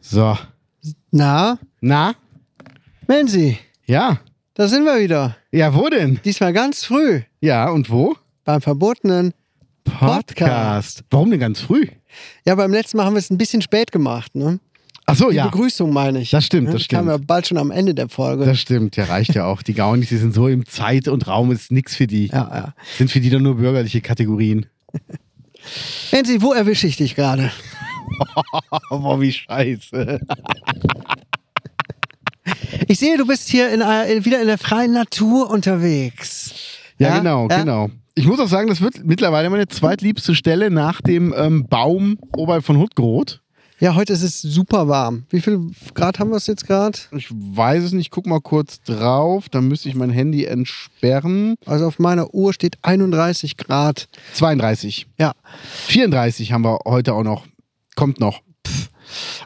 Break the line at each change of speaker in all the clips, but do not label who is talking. So.
Na,
Na?
Menzi,
Ja.
da sind wir wieder.
Ja, wo denn?
Diesmal ganz früh
Ja, und wo?
beim verbotenen. Podcast.
Warum denn ganz früh?
Ja, beim letzten Mal haben wir es ein bisschen spät gemacht, ne?
Ach so,
Die
Oh ja.
Begrüßung meine ich.
Das stimmt,
Ne?
das
Die kam
stimmt.
ja bald schon am Ende der Folge.
Das stimmt, ja, reicht ja auch. Die Gaunis, die sind so im Zeit und Raum, ist nix für die.
ja, ja.
Sind für die doch nur bürgerliche Kategorien.
Menzi, wo erwische ich dich gerade?
Oh, boah, wie scheiße.
Ich sehe, du bist hier in, einer- in- wieder in der freien Natur unterwegs.
Ja, genau, genau. Ich muss auch sagen, das wird mittlerweile meine zweitliebste Stelle nach dem ähm, Baum oberhalb von Huttgrot.
Ja, heute ist es super warm. Wie viel Grad haben wir es jetzt gerade?
Ich weiß es nicht, guck mal kurz drauf, dann müsste ich mein Handy entsperren.
Also auf meiner Uhr steht 31 Grad.
32.
Ja,
34 haben wir heute auch noch. Kommt noch.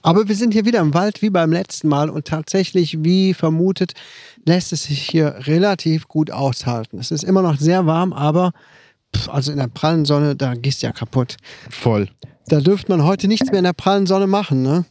Aber wir sind hier wieder im Wald wie beim letzten Mal und tatsächlich, wie vermutet, lässt es sich hier relativ gut aushalten. Es ist immer noch sehr warm, aber pff, also in der prallen Sonne, da gehst du ja kaputt.
Voll.
Da dürfte man heute nichts mehr in der prallen Sonne machen, ne?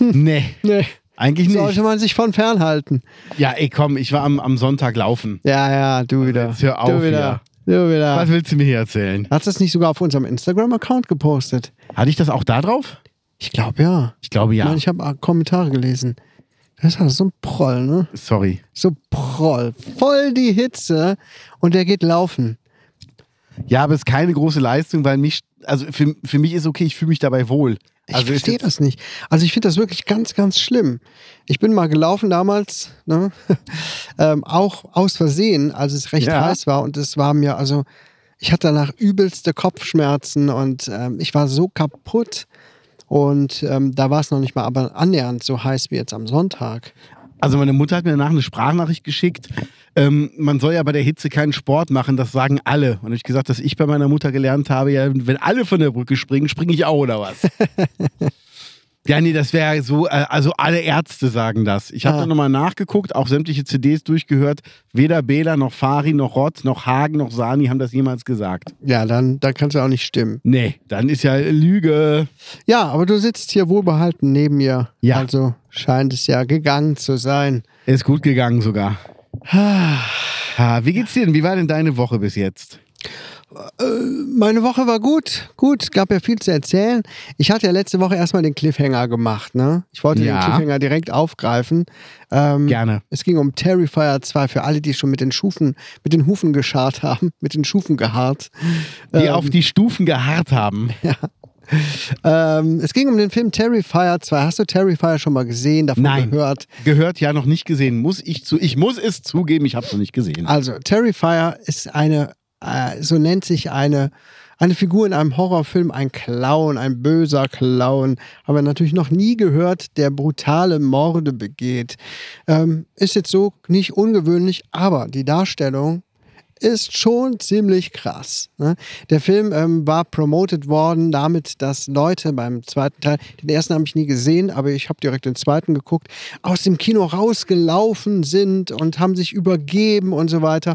Nee,
Nee.
eigentlich
Sollte
nicht.
man sich von fernhalten.
Ja, ey, komm, ich war am, am Sonntag laufen.
Ja, ja, du wieder.
Also jetzt hör auf
du wieder. Du
Was
wieder.
willst du mir hier erzählen?
Hast du es nicht sogar auf unserem Instagram-Account gepostet?
Hatte ich das auch da drauf?
Ich glaube ja.
Ich glaube
Ich,
ja.
meine, ich habe Kommentare gelesen. Das ist so ein Proll, ne?
Sorry.
So proll, voll die Hitze und der geht laufen.
Ja, aber es ist keine große Leistung, weil mich, also für, für mich ist okay, ich fühle mich dabei wohl.
Ich
Also ist
verstehe
jetzt-
das nicht. Also ich finde das wirklich ganz, ganz schlimm. Ich bin mal gelaufen damals, ne? ähm, auch aus Versehen, als es recht
Ja.
heiß war und es war mir, also ich hatte danach übelste Kopfschmerzen und ähm, ich war so kaputt und ähm, da war es noch nicht mal aber annähernd so heiß wie jetzt am Sonntag.
Also meine Mutter hat mir danach eine Sprachnachricht geschickt. Ähm, man soll ja bei der Hitze keinen Sport machen, das sagen alle. Und ich gesagt, dass ich bei meiner Mutter gelernt habe, ja, wenn alle von der Brücke springen, springe ich auch oder was? ja, nee, das wäre so, äh, also alle Ärzte sagen das. Ich habe
Ah.
dann nochmal nachgeguckt, auch sämtliche CDs durchgehört. Weder Bela noch Fari noch Rott noch Hagen noch Sani haben das jemals gesagt.
Ja, dann, dann kann es ja auch nicht stimmen.
Nee, dann ist ja Lüge.
Ja, aber du sitzt hier wohlbehalten neben mir.
Ja.
Also scheint es ja gegangen zu sein.
Ist gut gegangen sogar. Ah, Wie geht's dir denn? Wie war denn deine Woche bis jetzt?
Meine Woche war gut, gut, gab ja viel zu erzählen. Ich hatte ja letzte Woche erstmal den Cliffhanger gemacht, ne? Ich wollte
Ja.
den Cliffhanger direkt aufgreifen. Ähm,
Gerne.
Es ging um Terrifier 2 für alle, die schon mit den Schufen, mit den Hufen geschart haben, mit den Schufen geharrt.
die auf die Stufen geharrt haben.
Ähm, es ging um den Film Terrifier 2. Hast du Terrifier schon mal gesehen, davon
Nein.
gehört?
Gehört ja noch nicht gesehen. Muss ich zu. Ich muss es zugeben, ich habe es noch nicht gesehen.
Also, Terrifier ist eine, äh, so nennt sich eine, eine Figur in einem Horrorfilm, ein Clown, ein böser Clown, haben wir natürlich noch nie gehört, der brutale Morde begeht. Ähm, ist jetzt so nicht ungewöhnlich, aber die Darstellung ist schon ziemlich krass. Ne? Der Film ähm, war promoted worden damit, dass Leute beim zweiten Teil, den ersten habe ich nie gesehen, aber ich habe direkt den zweiten geguckt, aus dem Kino rausgelaufen sind und haben sich übergeben und so weiter.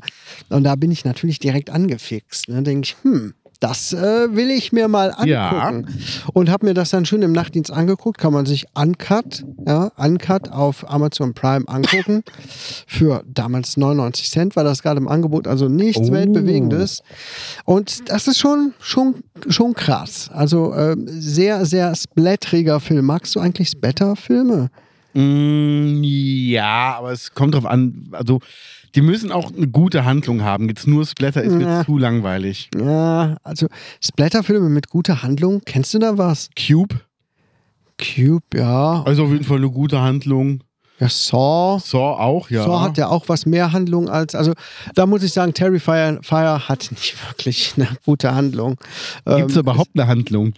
Und da bin ich natürlich direkt angefixt. Ne? Denke ich, hm, das äh, will ich mir mal angucken.
Ja.
Und habe mir das dann schön im Nachtdienst angeguckt. Kann man sich Uncut, ja, Uncut auf Amazon Prime angucken. Für damals 99 Cent war das gerade im Angebot, also nichts
Oh.
Weltbewegendes. Und das ist schon, schon, schon krass. Also ähm, sehr, sehr splatteriger Film. Magst du eigentlich Splatter-Filme?
Mm, ja, aber es kommt drauf an. Also, die müssen auch eine gute Handlung haben. Jetzt nur Splatter ist mir
Ja.
zu langweilig.
Ja, also Splatter-Filme mit guter Handlung. Kennst du da was?
Cube,
Cube, ja.
also auf jeden Fall eine gute Handlung.
Ja, Saw.
Saw auch, ja.
So hat ja auch was mehr Handlung als, also da muss ich sagen, Terrifier Fire hat nicht wirklich eine gute Handlung.
Gibt es
Ähm,
überhaupt eine Handlung?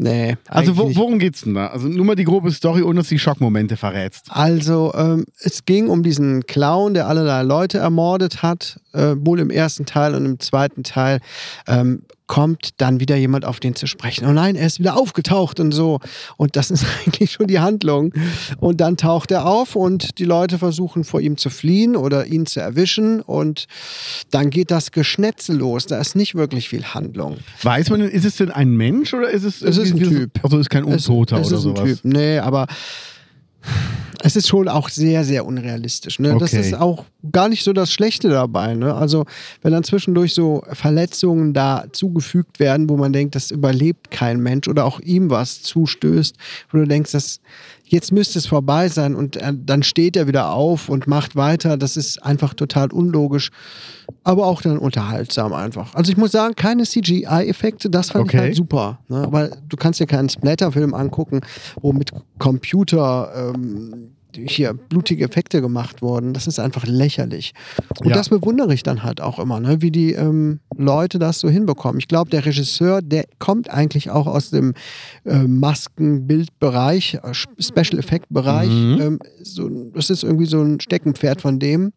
Nee.
Also
eigentlich
wo,
nicht.
worum geht's denn da? Also nur mal die grobe Story, ohne dass du die Schockmomente verrätst.
Also, ähm, es ging um diesen Clown, der allerlei Leute ermordet hat, äh, wohl im ersten Teil und im zweiten Teil ähm, kommt dann wieder jemand auf den zu sprechen. Oh nein, er ist wieder aufgetaucht und so. Und das ist eigentlich schon die Handlung. Und dann taucht er auf und die Leute versuchen vor ihm zu fliehen oder ihn zu erwischen und dann geht das Geschnetzel los. Da ist nicht wirklich viel Handlung.
Weiß man denn, ist es denn ein Mensch oder ist es...
Es ist
irgendwie
ein
so-
Typ.
Also ist kein Untoter
es, es
oder
ist
sowas.
Ein typ. Nee, aber es ist schon auch sehr, sehr unrealistisch. Ne? Das
Okay.
ist auch gar nicht so das Schlechte dabei. Ne? Also, wenn dann zwischendurch so Verletzungen da zugefügt werden, wo man denkt, das überlebt kein Mensch oder auch ihm was zustößt, wo du denkst, das, jetzt müsste es vorbei sein und äh, dann steht er wieder auf und macht weiter. Das ist einfach total unlogisch, aber auch dann unterhaltsam einfach. Also, ich muss sagen, keine CGI-Effekte, das fand
Okay.
ich halt super. Ne? Weil du kannst dir keinen Splatter-Film angucken, wo mit Computer ähm, hier blutige Effekte gemacht wurden. Das ist einfach lächerlich. Und
Ja.
das bewundere ich dann halt auch immer, ne? wie die ähm, Leute das so hinbekommen. Ich glaube, der Regisseur, der kommt eigentlich auch aus dem äh, Maskenbildbereich, äh, Special Effect-Bereich.
Mhm.
Ähm, so, das ist irgendwie so ein Steckenpferd von dem.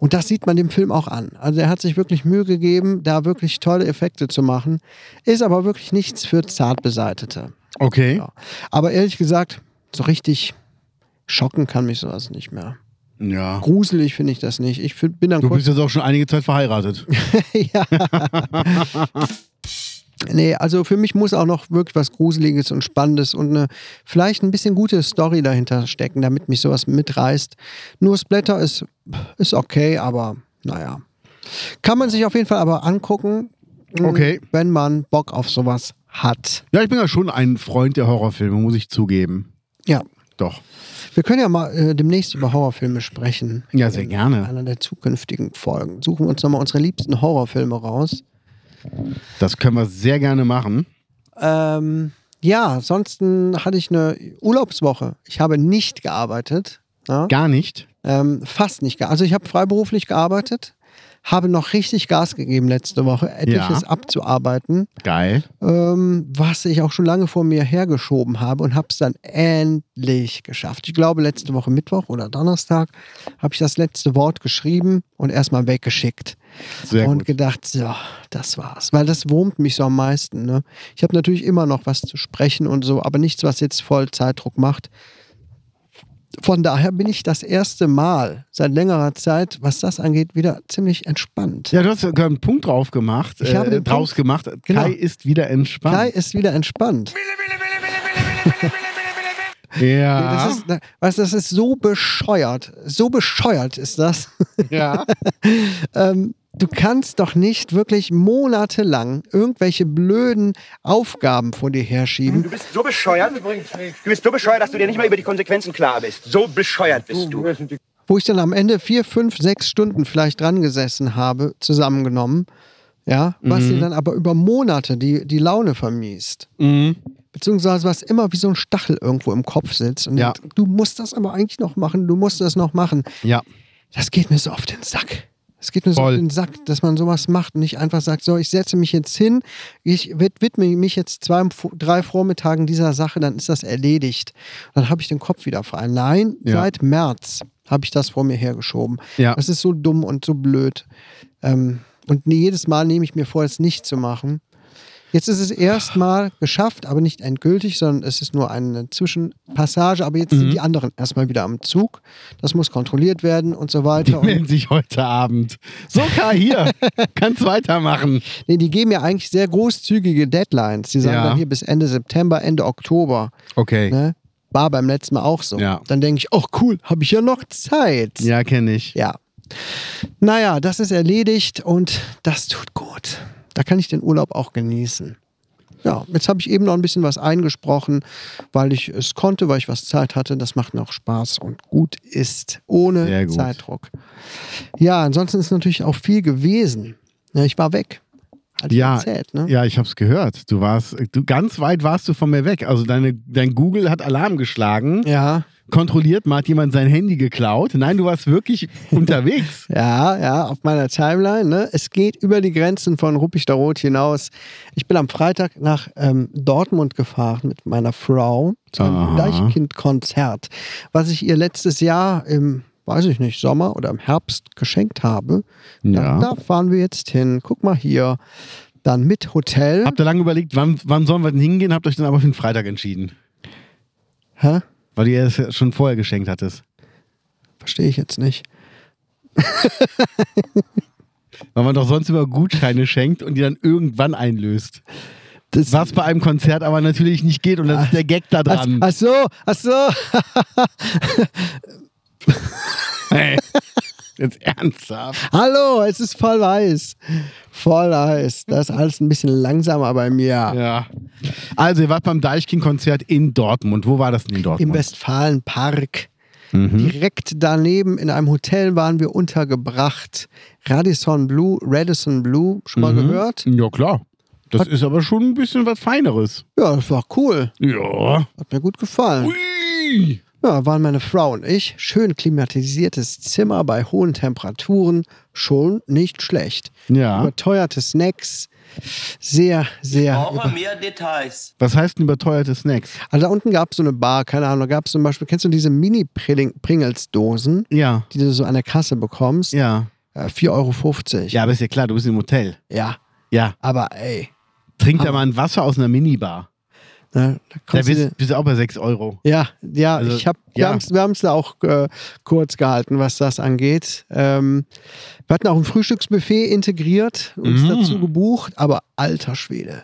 Und das sieht man dem Film auch an. Also er hat sich wirklich Mühe gegeben, da wirklich tolle Effekte zu machen. Ist aber wirklich nichts für Zartbeseitete.
Okay.
Ja. Aber ehrlich gesagt, so richtig schocken kann mich sowas nicht mehr.
Ja.
Gruselig finde ich das nicht. Ich find, bin dann
Du
kurz.
bist jetzt auch schon einige Zeit verheiratet.
ja. Nee, also für mich muss auch noch wirklich was Gruseliges und Spannendes und eine vielleicht ein bisschen gute Story dahinter stecken, damit mich sowas mitreißt. Nur Splatter ist, ist okay, aber naja. Kann man sich auf jeden Fall aber angucken, mh,
Okay.
wenn man Bock auf sowas hat.
Ja, ich bin ja schon ein Freund der Horrorfilme, muss ich zugeben.
Ja.
Doch.
Wir können ja mal äh, demnächst über Horrorfilme sprechen.
Ja, sehr
In
gerne.
einer der zukünftigen Folgen. Suchen wir uns nochmal unsere liebsten Horrorfilme raus.
Das können wir sehr gerne machen.
Ähm, ja, ansonsten hatte ich eine Urlaubswoche. Ich habe nicht gearbeitet. Ja?
Gar nicht.
Ähm, fast nicht. ge- Also ich habe freiberuflich gearbeitet, habe noch richtig Gas gegeben letzte Woche, etliches
Ja.
abzuarbeiten,
Geil.
ähm, was ich auch schon lange vor mir hergeschoben habe und habe es dann endlich geschafft. Ich glaube, letzte Woche Mittwoch oder Donnerstag habe ich das letzte Wort geschrieben und erstmal weggeschickt
Sehr
und
gut.
gedacht, so, das war's. Weil das wurmt mich so am meisten. Ne? Ich habe natürlich immer noch was zu sprechen und so, aber nichts, was jetzt voll Zeitdruck macht. Von daher bin ich das erste Mal seit längerer Zeit, was das angeht, wieder ziemlich entspannt.
Ja, du hast ja gerade einen Punkt drauf gemacht. äh,
Ich habe den
draus gemacht.
Genau.
Kai ist wieder
Kai
entspannt.
ist wieder entspannt. Nee,
Ja.
Das, ist, ne, weißt, du, das ist so bescheuert. So bescheuert ist das.
ja.
ähm, du kannst doch nicht wirklich monatelang irgendwelche blöden Aufgaben vor dir herschieben.
Du bist so bescheuert. Du bist so bescheuert, dass du dir nicht mal über die Konsequenzen klar bist. So bescheuert bist du.
wo ich dann am Ende vier, fünf, sechs Stunden vielleicht dran gesessen habe, zusammengenommen. Ja, was dir dann aber über Monate die, die Laune vermiest.
Mhm.
Beziehungsweise was immer wie so ein Stachel irgendwo im Kopf sitzt. Und
Ja.
denkt, du musst das aber eigentlich noch machen, du musst das noch machen.
Ja.
Das geht mir so auf den Sack. Das geht mir so
Voll.
auf den Sack, dass man sowas macht und nicht einfach sagt, so, ich setze mich jetzt hin, ich wid- widme mich jetzt zwei, drei Vormittagen dieser Sache, dann ist das erledigt. Dann habe ich den Kopf wieder frei. Nein,
Ja.
seit März habe ich das vor mir hergeschoben.
Ja.
Das ist so dumm und so blöd. Ähm, und nee, jedes Mal nehme ich mir vor, es nicht zu machen. Jetzt ist es erstmal geschafft, aber nicht endgültig, sondern es ist nur eine Zwischenpassage. Aber jetzt
Mhm.
sind die anderen erstmal wieder am Zug. Das muss kontrolliert werden und so weiter. Und
Melden sich heute Abend. So, Kai, hier. Kannst weitermachen.
nee, die geben ja eigentlich sehr großzügige Deadlines. Die sagen
Ja.
dann hier bis Ende September, Ende Oktober.
Okay.
Ne? War beim letzten Mal auch so.
Ja.
Dann denke ich, ach cool, habe ich ja noch Zeit.
Ja, kenne ich.
Ja. Naja, das ist erledigt und das tut gut. Da kann ich den Urlaub auch genießen. Ja, jetzt habe ich eben noch ein bisschen was eingesprochen, weil ich es konnte, weil ich was Zeit hatte. Das macht noch Spaß und gut ist, ohne
Sehr gut.
Zeitdruck. Ja, ansonsten ist natürlich auch viel gewesen. Ja, ich war weg. Hatte ich
Ja,
erzählt, ne?
ja, ich habe es gehört. Du warst, du ganz weit warst du von mir weg. Also deine, dein Google hat Alarm geschlagen.
Ja,
kontrolliert mal, hat jemand sein Handy geklaut? Nein, du warst wirklich unterwegs.
Ja, ja, auf meiner Timeline. Ne? Es geht über die Grenzen von Ruppichteroth hinaus. Ich bin am Freitag nach ähm, Dortmund gefahren mit meiner Frau zu einem
Aha.
Deichkind-Konzert, was ich ihr letztes Jahr im, weiß ich nicht, Sommer oder im Herbst geschenkt habe.
Ja.
Da, da fahren wir jetzt hin. Guck mal hier. Dann mit Hotel.
Habt ihr lange überlegt, wann, wann sollen wir denn hingehen? Habt euch dann aber für den Freitag entschieden,
Hä?
weil du ihr es ja schon vorher geschenkt hattest.
Verstehe ich jetzt nicht.
Weil man doch sonst über Gutscheine schenkt und die dann irgendwann einlöst.
Das
Was bei einem Konzert aber natürlich nicht geht und das ist der Gag da
Ach,
dran.
ach so, ach so.
Hey. Jetzt ernsthaft.
Hallo, es ist voll heiß. Voll heiß. Das ist alles ein bisschen langsamer bei mir.
Ja. Also, ihr wart beim Deichkind-Konzert in Dortmund. Wo war das denn in Dortmund?
Im Westfalenpark.
Mhm.
Direkt daneben in einem Hotel waren wir untergebracht. Radisson Blue, Radisson Blue, schon
Mhm.
mal gehört?
Ja, klar. Das ist aber schon ein bisschen was Feineres.
Ja, das war cool.
Ja.
Hat mir gut gefallen.
Ui.
Ja, waren meine Frau und ich. Schön klimatisiertes Zimmer bei hohen Temperaturen. Schon nicht schlecht.
Ja.
Überteuerte Snacks. Sehr, sehr.
Brauche mehr Details.
Was heißt denn überteuerte Snacks?
Also da unten gab es so eine Bar, keine Ahnung. Da gab es zum Beispiel, kennst du diese Mini-Pringles-Dosen,
Ja.
die du so an der Kasse bekommst?
Ja.
Äh, 4,50 Euro.
Ja, aber ist ja klar, du bist im Hotel.
ja.
Ja.
Aber ey,
Trink da mal ein Wasser aus einer Minibar.
ne, da
Da
kommst du.
bist, bist du auch bei 6 Euro.
Ja, ja,
Also,
ich hab, wir
ja.
haben's, wir haben's da auch äh, kurz gehalten, was das angeht. Ähm, wir hatten auch ein Frühstücksbuffet integriert, uns
Mm.
dazu gebucht, aber alter Schwede.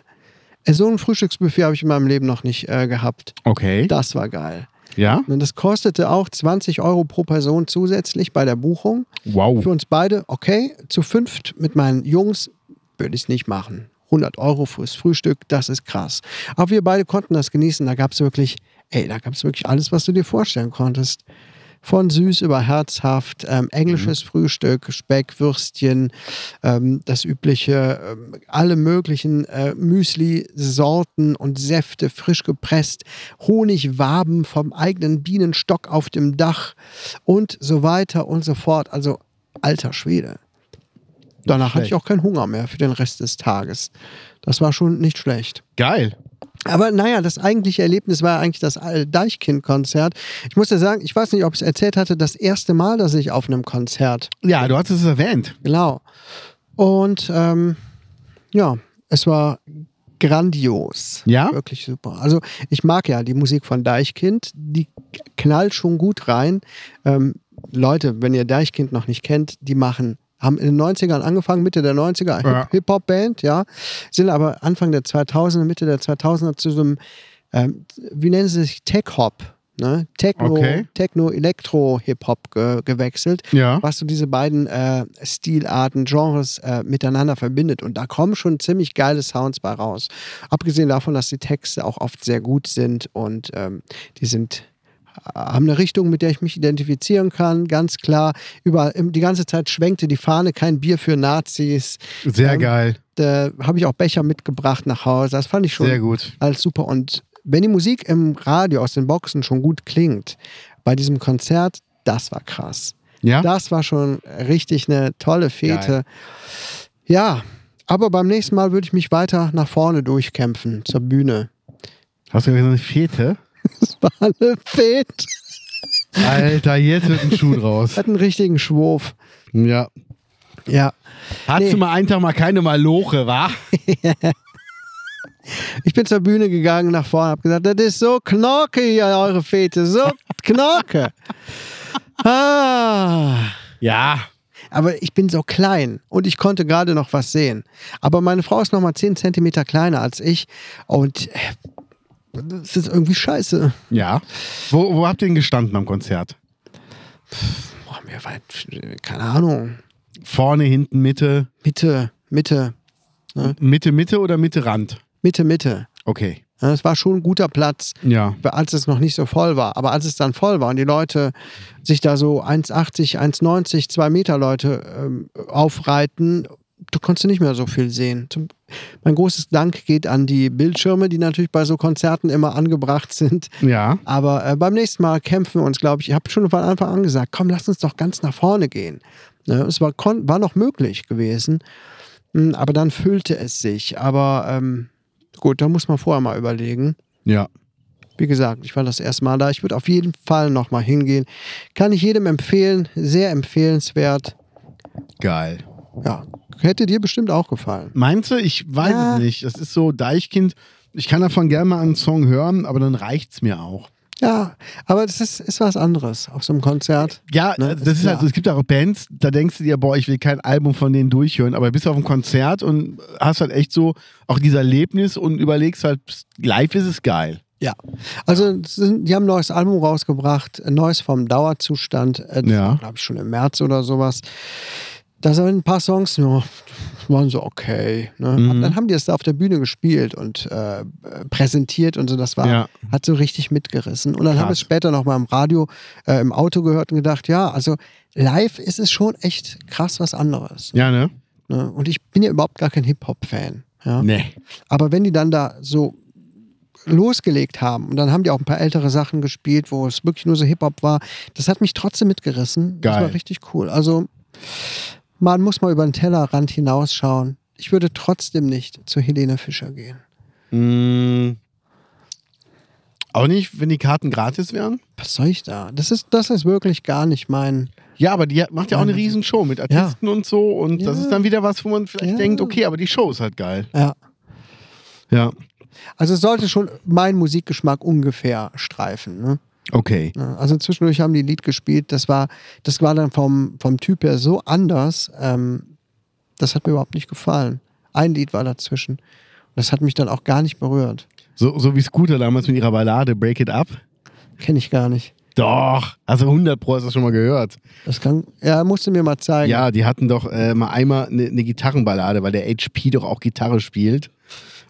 Äh, So ein Frühstücksbuffet habe ich in meinem Leben noch nicht äh, gehabt.
Okay.
Das war geil.
Ja?
Und das kostete auch 20 Euro pro Person zusätzlich bei der Buchung.
Wow.
Für uns beide, okay, zu fünft mit meinen Jungs würde ich es nicht machen. 100 Euro fürs Frühstück, das ist krass. Aber wir beide konnten das genießen. Da gab es wirklich, ey, da gab es wirklich alles, was du dir vorstellen konntest. Von süß über herzhaft, ähm, englisches Frühstück, Speck, Würstchen, ähm, das übliche, ähm, alle möglichen äh, Müsli-Sorten und Säfte frisch gepresst, Honigwaben vom eigenen Bienenstock auf dem Dach und so weiter und so fort. Also alter Schwede. Danach hatte ich auch keinen Hunger mehr für den Rest des Tages. Das war schon nicht schlecht.
Geil.
Aber naja, das eigentliche Erlebnis war eigentlich das äh, Deichkind-Konzert. Ich muss ja sagen, ich weiß nicht, ob ich es erzählt hatte, das erste Mal, dass ich auf einem Konzert
Ja, du hattest es erwähnt.
Genau. Und ähm, ja, es war grandios.
Ja?
Wirklich super. Also ich mag ja die Musik von Deichkind. Die knallt schon gut rein. Ähm, Leute, wenn ihr Deichkind noch nicht kennt, die machen haben in den 90ern angefangen, Mitte der 90er,
Ja.
Hip- Hip-Hop-Band, ja, sind aber Anfang der 2000er, Mitte der 2000er zu so einem, ähm, wie nennen sie sich, Tech-Hop, ne? Techno,
Okay.
Techno, Elektro, Hip-Hop ge gewechselt
Ja.
was so diese beiden äh, Stilarten, Genres äh, miteinander verbindet. Und da kommen schon ziemlich geile Sounds bei raus. Abgesehen davon, dass die Texte auch oft sehr gut sind und ähm, die sind äh, haben eine Richtung, mit der ich mich identifizieren kann, ganz klar. Überall, im- die ganze Zeit schwenkte die Fahne, kein Bier für Nazis.
Sehr
Ähm,
geil.
Da habe ich auch Becher mitgebracht nach Hause. Das fand ich schon
Sehr gut.
alles super. Und wenn die Musik im Radio aus den Boxen schon gut klingt, bei diesem Konzert, das war krass.
Ja?
Das war schon richtig eine tolle
Geil.
Fete. Ja, aber beim nächsten Mal würde ich mich weiter nach vorne durchkämpfen zur Bühne.
Hast du gesagt, eine Fete?
Das war eine Fete.
Alter, jetzt wird ein Schuh draus.
Hat einen richtigen Schwurf.
Ja.
Ja.
Hast du mal einen Tag mal keine Maloche, wa?
Ich bin zur Bühne gegangen nach vorne, habe gesagt, das ist so knorke hier, eure Fete, so knorke. Ah.
Ja.
Aber ich bin so klein und ich konnte gerade noch was sehen. Aber meine Frau ist nochmal 10 Zentimeter kleiner als ich und äh, das ist irgendwie scheiße.
Ja. Wo, wo habt ihr denn gestanden beim Konzert?
Boah, mir war, keine Ahnung.
Vorne, hinten, Mitte?
Mitte, Mitte,
Mitte, Mitte oder Mitte, Rand?
Mitte, Mitte.
Okay.
Ja, Es war schon ein guter Platz,
Ja.
als es noch nicht so voll war. Aber als es dann voll war und die Leute sich da so 1,80, 1,90, 2 Meter Leute ähm, aufreiten, du konntest nicht mehr so viel sehen. Zum, mein großes Dank geht an die Bildschirme, die natürlich bei so Konzerten immer angebracht sind.
Ja.
Aber äh, beim nächsten Mal kämpfen wir uns, glaube ich. Ich habe schon von Anfang an gesagt, komm, lass uns doch ganz nach vorne gehen. Ne? Es war, kon war noch möglich gewesen, Mm, aber dann füllte es sich. Aber ähm, gut, da muss man vorher mal überlegen.
Ja.
Wie gesagt, ich war das erste Mal da. Ich würde auf jeden Fall nochmal hingehen. Kann ich jedem empfehlen. Sehr empfehlenswert.
Geil.
Ja, hätte dir bestimmt auch gefallen.
Meinst du? Ich weiß
Ja.
es nicht. Das ist so Deichkind. Ich kann davon gerne mal einen Song hören, aber dann reicht's mir auch.
Ja, aber das ist, ist was anderes auf so einem Konzert.
Ja,
Ne?
das ist
Ja.
halt so, es gibt auch Bands, da denkst du dir, boah, ich will kein Album von denen durchhören, aber bist auf einem Konzert und hast halt echt so auch dieses Erlebnis und überlegst halt, pst, live ist es geil.
Ja. Also es sind, die haben ein neues Album rausgebracht, ein neues vom Dauerzustand, äh, das
Ja.
war, glaube ich schon im März oder sowas. Da sind ein paar Songs, ja, waren so okay. Ne?
Mhm.
Aber Dann haben die es da auf der Bühne gespielt und äh, präsentiert und so. Das war,
Ja.
hat so richtig mitgerissen. Und dann haben wir
Krass.
es später nochmal im Radio, äh, im Auto gehört und gedacht, ja, also live ist es schon echt krass was anderes.
Ja, ne?
Ne? Und ich bin ja überhaupt gar kein Hip-Hop-Fan. Ja?
Nee.
Aber wenn die dann da so losgelegt haben und dann haben die auch ein paar ältere Sachen gespielt, wo es wirklich nur so Hip-Hop war, das hat mich trotzdem mitgerissen. Das
Geil.
war richtig cool. Also man muss mal über den Tellerrand hinausschauen. Ich würde trotzdem nicht zu Helene Fischer gehen.
Mm. Auch nicht, wenn die Karten gratis wären?
Was soll ich da? Das ist, das ist wirklich gar nicht mein.
Ja, aber die macht ja auch eine riesen Show mit Artisten und so und das
Ja.
ist dann wieder was, wo man vielleicht
Ja.
denkt, okay, aber die Show ist halt geil.
Ja.
Ja.
Also es sollte schon mein Musikgeschmack ungefähr streifen. Ne?
Okay.
Ja, Also zwischendurch haben die ein Lied gespielt, das war, das war dann vom, vom Typ her so anders, ähm, das hat mir überhaupt nicht gefallen. Ein Lied war dazwischen. Und das hat mich dann auch gar nicht berührt.
So, so wie Scooter damals mit ihrer Ballade Break It Up.
Kenne ich gar nicht.
Doch, also 100 Pro hast du das schon mal gehört.
Das kann, ja, musst du mir mal zeigen.
Ja, die hatten doch äh, mal einmal eine ne Gitarrenballade, weil der HP doch auch Gitarre spielt.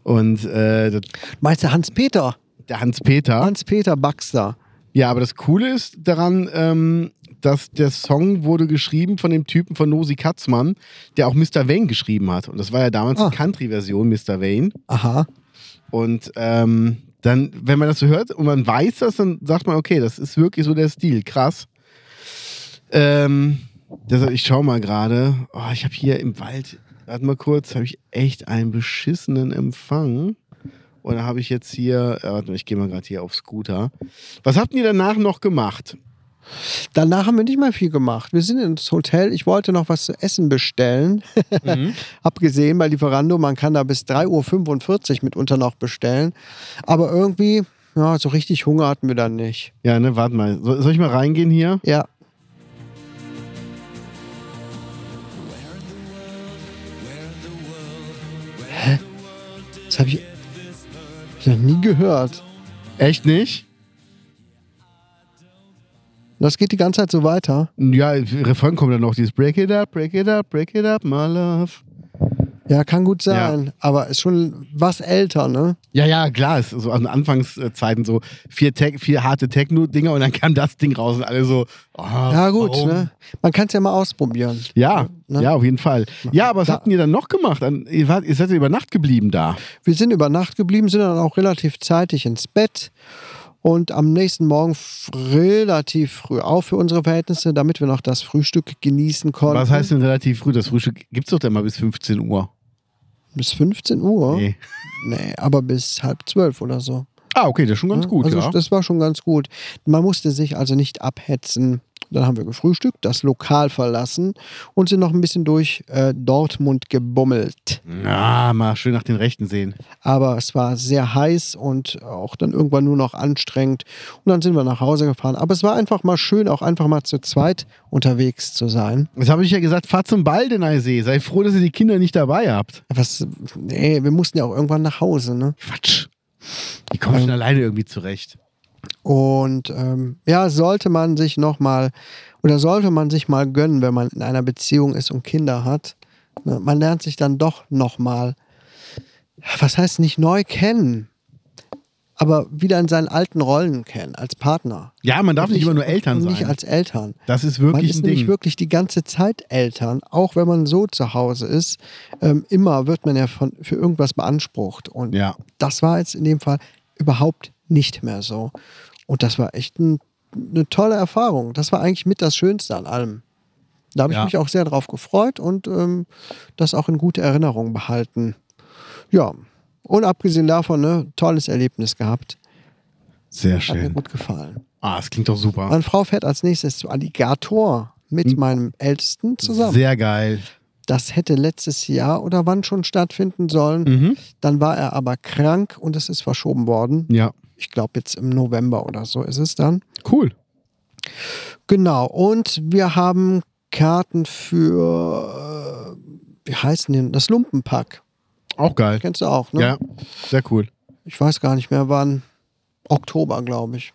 Und äh, das-
Meinst du Hans-Peter?
der Hans-Peter.
Hans-Peter Baxter.
Ja, aber das Coole ist daran, ähm, dass der Song wurde geschrieben von dem Typen von Nosi Katzmann, der auch Mr. Wayne geschrieben hat. Und das war ja damals
Ah.
die Country-Version Mr. Wayne.
Aha.
Und ähm, dann, wenn man das so hört und man weiß das, dann sagt man, okay, das ist wirklich so der Stil. Krass. Ähm, deshalb, ich schau mal gerade. Oh, ich habe hier im Wald, warte mal kurz, habe ich echt einen beschissenen Empfang. Und da habe ich jetzt hier, äh, warte mal, ich gehe mal gerade hier auf Scooter. Was habt ihr danach noch gemacht?
Danach haben wir nicht mehr viel gemacht. Wir sind ins Hotel. Ich wollte noch was zu essen bestellen. Hab gesehen bei Lieferando, man kann da bis 3.45 Uhr mitunter noch bestellen. Aber irgendwie, ja, so richtig Hunger hatten wir dann nicht.
Ja, ne, warte mal. Soll, soll ich mal reingehen hier?
Ja, Hä? das habe ich hab ich noch nie gehört.
Echt nicht?
Das geht die ganze Zeit so weiter.
Ja, Refrain kommt dann noch, dieses Break it up, break it up, break it up, my love.
Ja, kann gut sein, aber ist schon was älter, ne?
Ja, ja, klar, es ist so an Anfangszeiten so vier, Tech, vier harte Techno-Dinger und dann kam das Ding raus und alle so, oh,
Ja, gut,
warum?
ne? Man kann es ja mal ausprobieren.
Ja,
Ne?
ja, auf jeden Fall. Ja, aber was
Da-
habt ihr dann noch gemacht? An- Ihr, wart, ihr seid ja über Nacht geblieben da.
Wir sind über Nacht geblieben, sind dann auch relativ zeitig ins Bett und am nächsten Morgen f- relativ früh auf für unsere Verhältnisse, damit wir noch das Frühstück genießen konnten.
Was heißt denn relativ früh? Das Frühstück gibt's doch dann mal bis 15 Uhr.
Bis 15 Uhr? Nee.
Nee.
aber bis halb zwölf oder so.
Ah, okay, das ist schon ganz gut,
also
ja.
das war schon ganz gut. Man musste sich also nicht abhetzen. Dann haben wir gefrühstückt, das Lokal verlassen und sind noch ein bisschen durch äh, Dortmund gebummelt.
Na, mal schön nach den Rechten sehen.
Aber es war sehr heiß und auch dann irgendwann nur noch anstrengend. Und dann sind wir nach Hause gefahren. Aber es war einfach mal schön, auch einfach mal zu zweit unterwegs zu sein.
Jetzt habe ich ja gesagt, fahrt zum Baldeneysee. Sei froh, dass ihr die Kinder nicht dabei habt.
Was, nee, wir mussten ja auch irgendwann nach Hause, ne?
Quatsch. Die kommen
Ähm.
schon alleine irgendwie zurecht.
Und ähm, ja, sollte man sich nochmal oder sollte man sich mal gönnen, wenn man in einer Beziehung ist und Kinder hat. Ne, Man lernt sich dann doch nochmal, was heißt nicht neu kennen, aber wieder in seinen alten Rollen kennen, als Partner.
Ja, man darf nicht immer nur Eltern
und
sein.
Nicht als Eltern.
das ist
Man
wirklich
ist
ein
nämlich
Ding.
wirklich die ganze Zeit Eltern, auch wenn man so zu Hause ist. Ähm, immer wird man ja von, für irgendwas beansprucht. Und
Ja.
das war jetzt in dem Fall überhaupt nicht mehr so. Und das war echt ein, eine tolle Erfahrung. Das war eigentlich mit das Schönste an allem. Da habe ich
Ja.
mich auch sehr drauf gefreut und ähm, das auch in gute Erinnerung behalten. Ja, und abgesehen davon, ne, tolles Erlebnis gehabt.
Sehr
Hat mir
schön.
gut gefallen.
Ah, es klingt doch super.
Meine Frau fährt als nächstes zu Alligator mit meinem Ältesten zusammen.
Hm. Sehr geil.
Das hätte letztes Jahr oder wann schon stattfinden sollen.
Hm.
Dann war er aber krank und es ist verschoben worden.
Ja.
Ich glaube, jetzt im November oder so ist es dann.
Cool.
Genau. Und wir haben Karten für, äh, wie heißen denn, das Lumpenpack.
Auch geil.
Kennst du auch, ne?
Ja. Sehr cool.
Ich weiß gar nicht mehr wann. Oktober, glaube ich.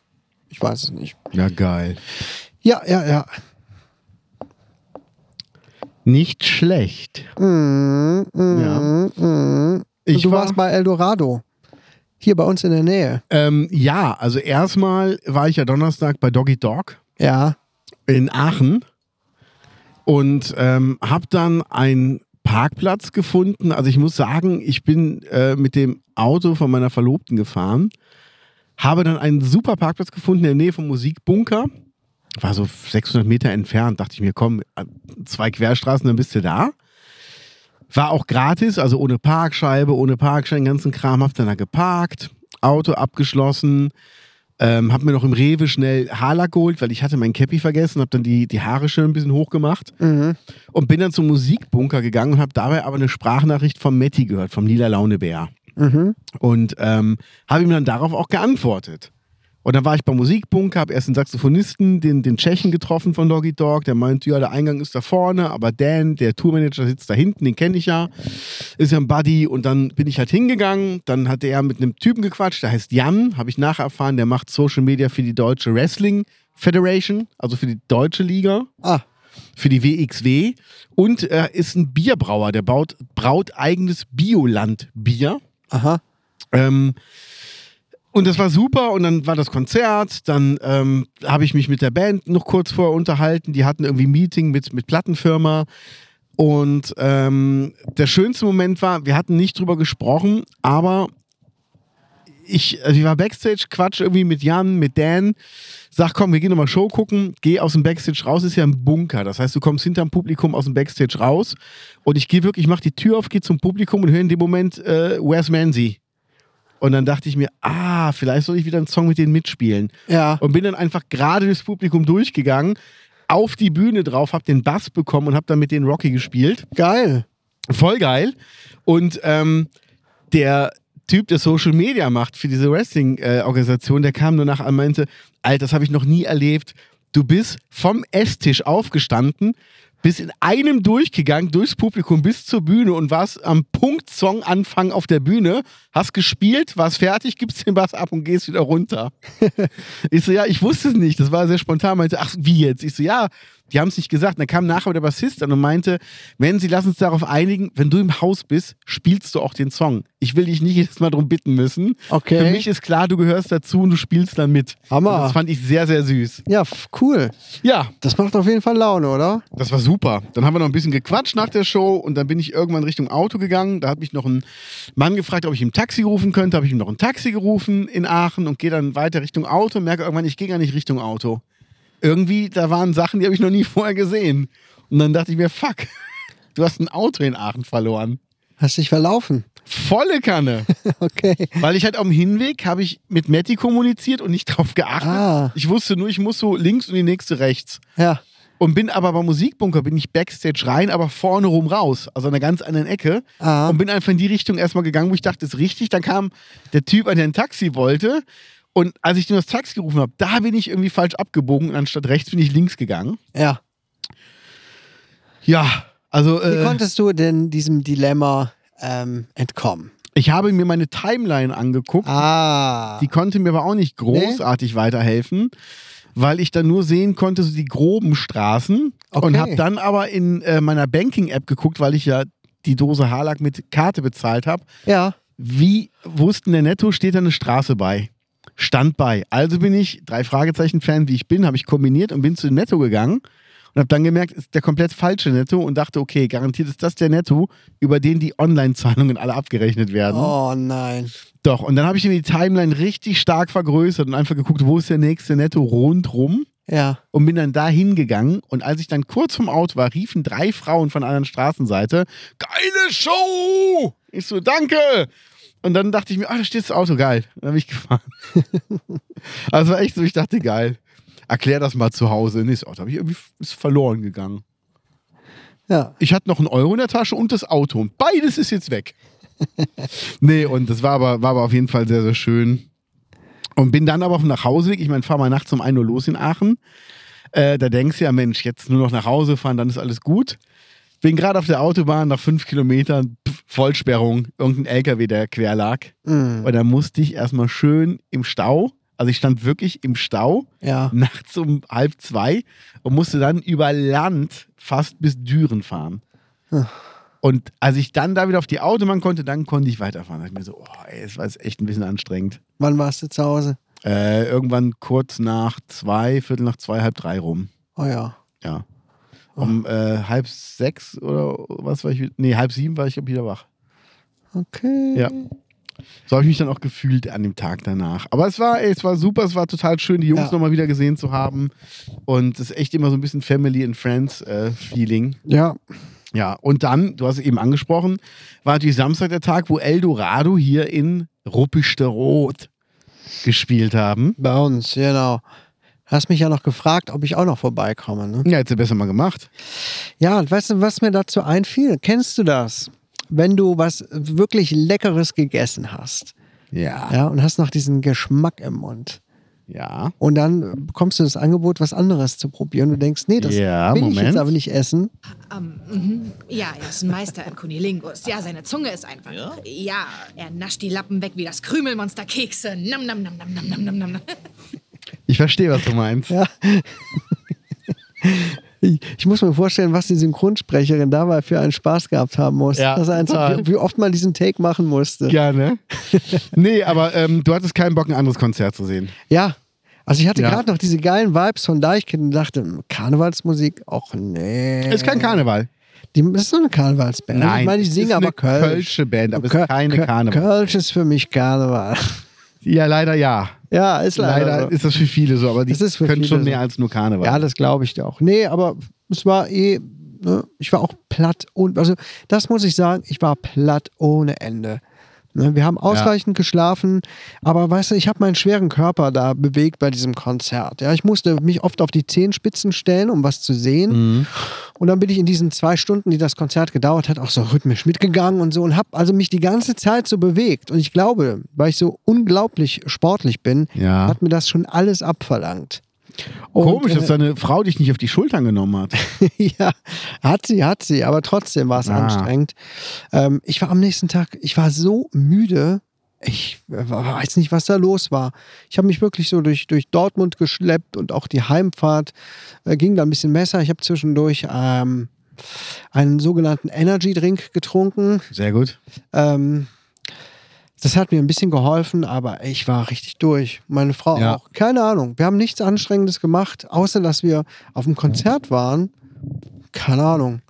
Ich weiß es nicht.
Ja, geil.
Ja, ja, ja.
Nicht schlecht.
Mm, mm,
Ja.
mm.
Ich
du
war-
warst bei Eldorado. Hier bei uns in der Nähe.
Ähm, ja, also erstmal war ich ja Donnerstag bei Doggy Dog
Ja.
in Aachen und ähm, habe dann einen Parkplatz gefunden. Also ich muss sagen, ich bin äh, mit dem Auto von meiner Verlobten gefahren, habe dann einen super Parkplatz gefunden in der Nähe vom Musikbunker. War so 600 Meter entfernt, dachte ich mir, komm, zwei Querstraßen, dann bist du da. War auch gratis, also ohne Parkscheibe, ohne Parkschein, ganzen Kram, hab dann da geparkt, Auto abgeschlossen, ähm, hab mir noch im Rewe schnell Haarlack geholt, weil ich hatte mein Cappy vergessen, hab dann die, die Haare schön ein bisschen hochgemacht und bin dann zum Musikbunker gegangen und hab dabei aber eine Sprachnachricht vom Matti gehört, vom Lila Launebär. Und ähm, habe ihm dann darauf auch geantwortet. Und dann war ich beim Musikbunker, habe erst den Saxophonisten, den, den Tschechen getroffen von Doggy Dog, der meint, ja, der Eingang ist da vorne, aber Dan, der Tourmanager, sitzt da hinten, den kenne ich ja, ist ja ein Buddy. Und dann bin ich halt hingegangen, dann hatte er mit einem Typen gequatscht, der heißt Jan, habe ich nacherfahren, der macht Social Media für die Deutsche Wrestling Federation, also für die deutsche Liga
Ah,
für die WXW und äh, ist ein Bierbrauer, der baut, braut eigenes Bioland-Bier.
aha.
Ähm, und das war super und dann war das Konzert, dann ähm, habe ich mich mit der Band noch kurz vorher unterhalten, die hatten irgendwie ein Meeting mit, mit Plattenfirma und ähm, der schönste Moment war, wir hatten nicht drüber gesprochen, aber ich, also ich war Backstage, quatsch irgendwie mit Jan, mit Dan, sag komm, wir gehen nochmal Show gucken, geh aus dem Backstage raus, ist ja ein Bunker, das heißt, du kommst hinterm Publikum aus dem Backstage raus und ich gehe wirklich, ich mach die Tür auf, gehe zum Publikum und höre in dem Moment äh, Where's Manzi? Und dann dachte ich mir, ah, vielleicht soll ich wieder einen Song mit denen mitspielen.
Ja.
Und bin dann einfach gerade durchs Publikum durchgegangen, auf die Bühne drauf, hab den Bass bekommen und hab dann mit denen Rocky gespielt.
Geil.
Voll geil. Und ähm, der Typ, der Social Media macht für diese Wrestling-Organisation, der kam danach an und meinte, Alter, das habe ich noch nie erlebt. Du bist vom Esstisch aufgestanden, bist in einem durchgegangen, durchs Publikum bis zur Bühne und warst am Punkt Song anfangen auf der Bühne, hast gespielt, warst fertig, gibst den Bass ab und gehst wieder runter. ich so, ja, ich wusste es nicht. Das war sehr spontan. Meinte, ach, wie jetzt? Ich so, ja, die haben es nicht gesagt. Und dann kam nachher der Bassist an und meinte, wenn sie lassen uns darauf einigen, wenn du im Haus bist, spielst du auch den Song. Ich will dich nicht jedes Mal drum bitten müssen.
Okay.
Für mich ist klar, du gehörst dazu und du spielst dann mit.
Hammer.
Und das fand ich sehr, sehr süß.
Ja, f- cool.
Ja,
Das macht auf jeden Fall Laune, oder?
das war super. Dann haben wir noch ein bisschen gequatscht nach der Show und dann bin ich irgendwann Richtung Auto gegangen. Da hat mich noch ein Mann gefragt, ob ich ihm ein Taxi rufen könnte. Habe ich ihm noch ein Taxi gerufen in Aachen und gehe dann weiter Richtung Auto und merke irgendwann, ich gehe gar nicht Richtung Auto. Irgendwie, da waren Sachen, die habe ich noch nie vorher gesehen. Und dann dachte ich mir, fuck, du hast ein Auto in Aachen verloren.
Hast dich verlaufen.
Volle Kanne.
Okay.
Weil ich halt am Hinweg habe ich mit Matti kommuniziert und nicht drauf geachtet.
Ah.
Ich wusste nur, ich muss so links und die nächste rechts.
Ja.
Und bin aber beim Musikbunker, bin ich Backstage rein, aber vorne rum raus, also an einer ganz anderen Ecke.
Ah.
Und bin einfach in die Richtung erstmal gegangen, wo ich dachte, ist richtig. Dann kam der Typ, an der ein Taxi wollte. Und als ich nur das Taxi gerufen habe, da bin ich irgendwie falsch abgebogen. Und anstatt rechts bin ich links gegangen.
Ja.
Ja, also
Wie
äh,
konntest du denn diesem Dilemma ähm, entkommen?
ich habe mir meine Timeline angeguckt.
Ah.
Die konnte mir aber auch nicht großartig weiterhelfen, weil ich dann nur sehen konnte, so die groben Straßen. Und
Okay.
habe dann aber in äh, meiner Banking-App geguckt, weil ich ja die Dose Harlack mit Karte bezahlt habe.
ja.
Wie wussten der Netto, steht da eine Straße bei? Stand bei. Also bin ich, drei Fragezeichen-Fan, wie ich bin, habe ich kombiniert und bin zu dem Netto gegangen und habe dann gemerkt, ist der komplett falsche Netto und dachte, okay, garantiert ist das der Netto, über den die Online-Zahlungen alle abgerechnet werden.
Oh nein.
Doch, und dann habe ich mir die Timeline richtig stark vergrößert und einfach geguckt, wo ist der nächste Netto rundrum
Ja.
und bin dann da hingegangen. Und als ich dann kurz vom Auto war, riefen drei Frauen von der anderen Straßenseite: Geile Show! Ich so, danke! Und dann dachte ich mir, ah, da steht das Auto, geil. Und dann bin ich gefahren. also war echt so, ich dachte, geil. Erklär das mal zu Hause. Nee, das Auto habe ich irgendwie ist verloren gegangen.
Ja.
Ich hatte noch einen Euro in der Tasche und das Auto. Und beides ist jetzt weg. nee, und das war aber, war aber auf jeden Fall sehr, sehr schön. Und bin dann aber auf dem Nachhauseweg. Ich meine, fahr mal nachts um 1 Uhr los in Aachen. Äh, da denkst du ja, Mensch, jetzt nur noch nach Hause fahren, dann ist alles gut. Bin gerade auf der Autobahn, nach fünf Kilometern, pff, Vollsperrung, irgendein LKW, der quer lag.
Mm.
Und dann musste ich erstmal schön im Stau. Also ich stand wirklich im Stau
Ja.
nachts um halb zwei und musste dann über Land fast bis Düren fahren.
Hm.
Und als ich dann da wieder auf die Autobahn konnte, dann konnte ich weiterfahren. Da dachte ich mir so, oh, ey, es war jetzt echt ein bisschen anstrengend.
Wann warst du zu Hause?
Äh, irgendwann kurz nach zwei, viertel nach zwei, halb drei rum.
Oh ja.
Ja. Um äh, halb sechs oder was war ich? wieder- Nee, halb sieben war ich glaub ich, wieder wach.
Okay.
Ja. So habe ich mich dann auch gefühlt an dem Tag danach. Aber es war, ey, es war super, es war total schön, die Jungs
Ja.
nochmal wieder gesehen zu haben. Und es ist echt immer so ein bisschen Family and Friends äh, Feeling.
Ja.
Ja, und dann, du hast es eben angesprochen, war natürlich Samstag der Tag, wo Eldorado hier in Ruppichteroth gespielt haben.
Bei uns, genau. Hast mich ja noch gefragt, ob ich auch noch vorbeikomme. Ne?
Ja, hättest du besser mal gemacht.
Ja, und weißt du, was mir dazu einfiel? Kennst du das? Wenn du was wirklich Leckeres gegessen hast,
Ja.
ja, und hast noch diesen Geschmack im Mund.
Ja.
Und dann bekommst du das Angebot, was anderes zu probieren. Du denkst, nee, das
Ja,
will ich
Moment.
jetzt aber nicht essen.
Ja, er ist ein Meister im Kunilingus. Ja, seine Zunge ist einfach. Ja? er nascht die Lappen weg wie das Krümelmonster Kekse. Nam, nam, nam, nam, nam, nam, nam, nam.
Ich verstehe, was du meinst.
Ja. Ich ich muss mir vorstellen, was die Synchronsprecherin dabei für einen Spaß gehabt haben muss.
Ja,
das ist einfach,
total.
wie, wie oft man diesen Take machen musste.
Gerne. nee, aber ähm, du hattest keinen Bock, ein anderes Konzert zu sehen.
Ja. Also ich hatte
Ja.
gerade noch diese geilen Vibes von Deichkind und dachte, hm, Karnevalsmusik? Och nee.
Ist kein Karneval.
Die, das ist doch eine Karnevalsband. ich meine, ich
es
singe
ist
aber
eine
Kölsch.
Kölsche Band, aber es
Köl-
ist keine
Köl-
Karneval.
Kölsch ist für mich Karneval.
Ja, leider ja.
Ja, ist leider,
Leider
so.
ist das für viele so, aber die
Das ist für
können
viele
schon
so.
mehr als nur Karneval.
Ja, das glaube ich dir auch. Nee, aber es war eh, ne, ich war auch platt und also das muss ich sagen, ich war platt ohne Ende. Ne, wir haben ausreichend geschlafen, aber weißt du, ich habe meinen schweren Körper da bewegt bei diesem Konzert. Ja, ich musste mich oft auf die Zehenspitzen stellen, um was zu sehen.
Mhm.
Und dann bin ich in diesen zwei Stunden, die das Konzert gedauert hat, auch so rhythmisch mitgegangen und so und habe also mich die ganze Zeit so bewegt. Und ich glaube, weil ich so unglaublich sportlich bin,
Ja.
hat mir das schon alles abverlangt. Und,
Komisch,
äh,
dass deine Frau dich nicht auf die Schultern genommen hat.
ja, hat sie, hat sie, aber trotzdem war es
Ah.
anstrengend. Ähm, ich war am nächsten Tag, ich war so müde. Ich weiß nicht, was da los war. Ich habe mich wirklich so durch, durch Dortmund geschleppt und auch die Heimfahrt äh, ging da ein bisschen besser. Ich habe zwischendurch ähm, einen sogenannten Energy Drink getrunken.
Sehr gut.
Ähm, das hat mir ein bisschen geholfen, aber ich war richtig durch. Meine Frau
Ja.
auch. Keine Ahnung. Wir haben nichts Anstrengendes gemacht, außer dass wir auf dem Konzert waren. Keine Ahnung.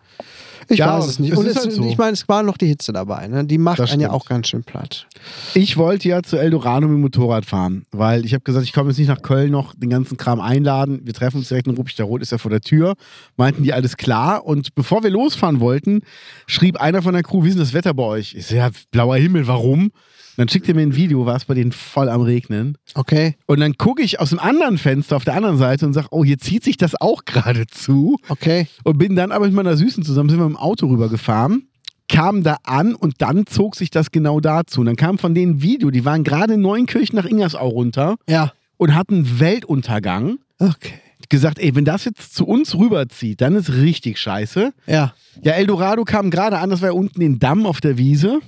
Ich
Ja,
weiß es nicht.
es
Und
ist
es,
halt so.
ich meine, es war noch die Hitze dabei. Ne? Die macht
Das
einen ja
stimmt.
auch ganz schön platt.
Ich wollte ja zu Eldorado mit dem Motorrad fahren, weil ich habe gesagt, ich komme jetzt nicht nach Köln noch den ganzen Kram einladen. Wir treffen uns direkt in Ruppig, der Rot ist ja vor der Tür. Meinten die, alles klar. Und bevor wir losfahren wollten, schrieb einer von der Crew, wie ist denn das Wetter bei euch? Ich so, ja, blauer Himmel, warum? Und dann schickt er mir ein Video, war es bei denen voll am Regnen.
Okay,
Und dann gucke ich aus dem anderen Fenster auf der anderen Seite und sage, oh, hier zieht sich das auch gerade zu.
okay.
Und bin dann aber mit meiner Süßen zusammen, sind wir im Auto rübergefahren, kamen da an und dann zog sich das genau dazu. Und dann kam von denen ein Video, die waren gerade in Neunkirchen nach Ingersau runter
Ja,
und hatten Weltuntergang.
okay.
Gesagt, ey, wenn das jetzt zu uns rüberzieht, dann ist richtig scheiße.
Ja,
Ja, Eldorado kam gerade an, das war ja unten den Damm auf der Wiese.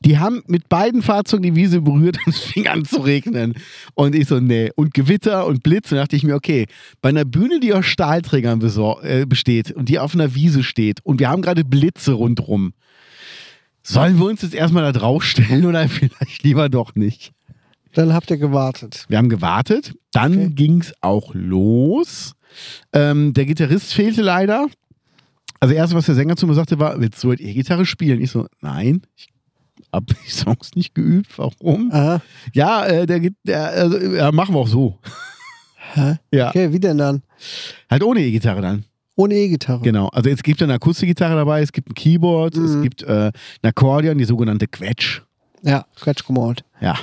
Die haben mit beiden Fahrzeugen die Wiese berührt und es fing an zu regnen. Und ich so, nee. Und Gewitter und Blitz. Und dachte ich mir, okay, bei einer Bühne, die aus Stahlträgern besor- äh, besteht und die auf einer Wiese steht und wir haben gerade Blitze rundrum, Sollen wir uns jetzt erstmal da draufstellen oder vielleicht lieber doch nicht?
Dann habt ihr gewartet.
Wir haben gewartet. Dann
Okay.
ging's auch los. Ähm, der Gitarrist fehlte leider. Also, erst was der Sänger zu mir sagte, war: Willst du heute E-Gitarre spielen? Ich so: Nein, ich habe die Songs nicht geübt. Warum?
Aha.
Ja, äh, der, Git- der also, ja, machen wir auch so.
Hä?
Ja.
Okay, wie denn dann?
Halt ohne E-Gitarre dann.
Ohne E-Gitarre.
Genau. Also, es gibt eine Akustikgitarre dabei, es gibt ein Keyboard, es
Mhm.
gibt äh, ein Akkordeon, die sogenannte Quetsch.
Ja, Quetsch gemalt.
Ja.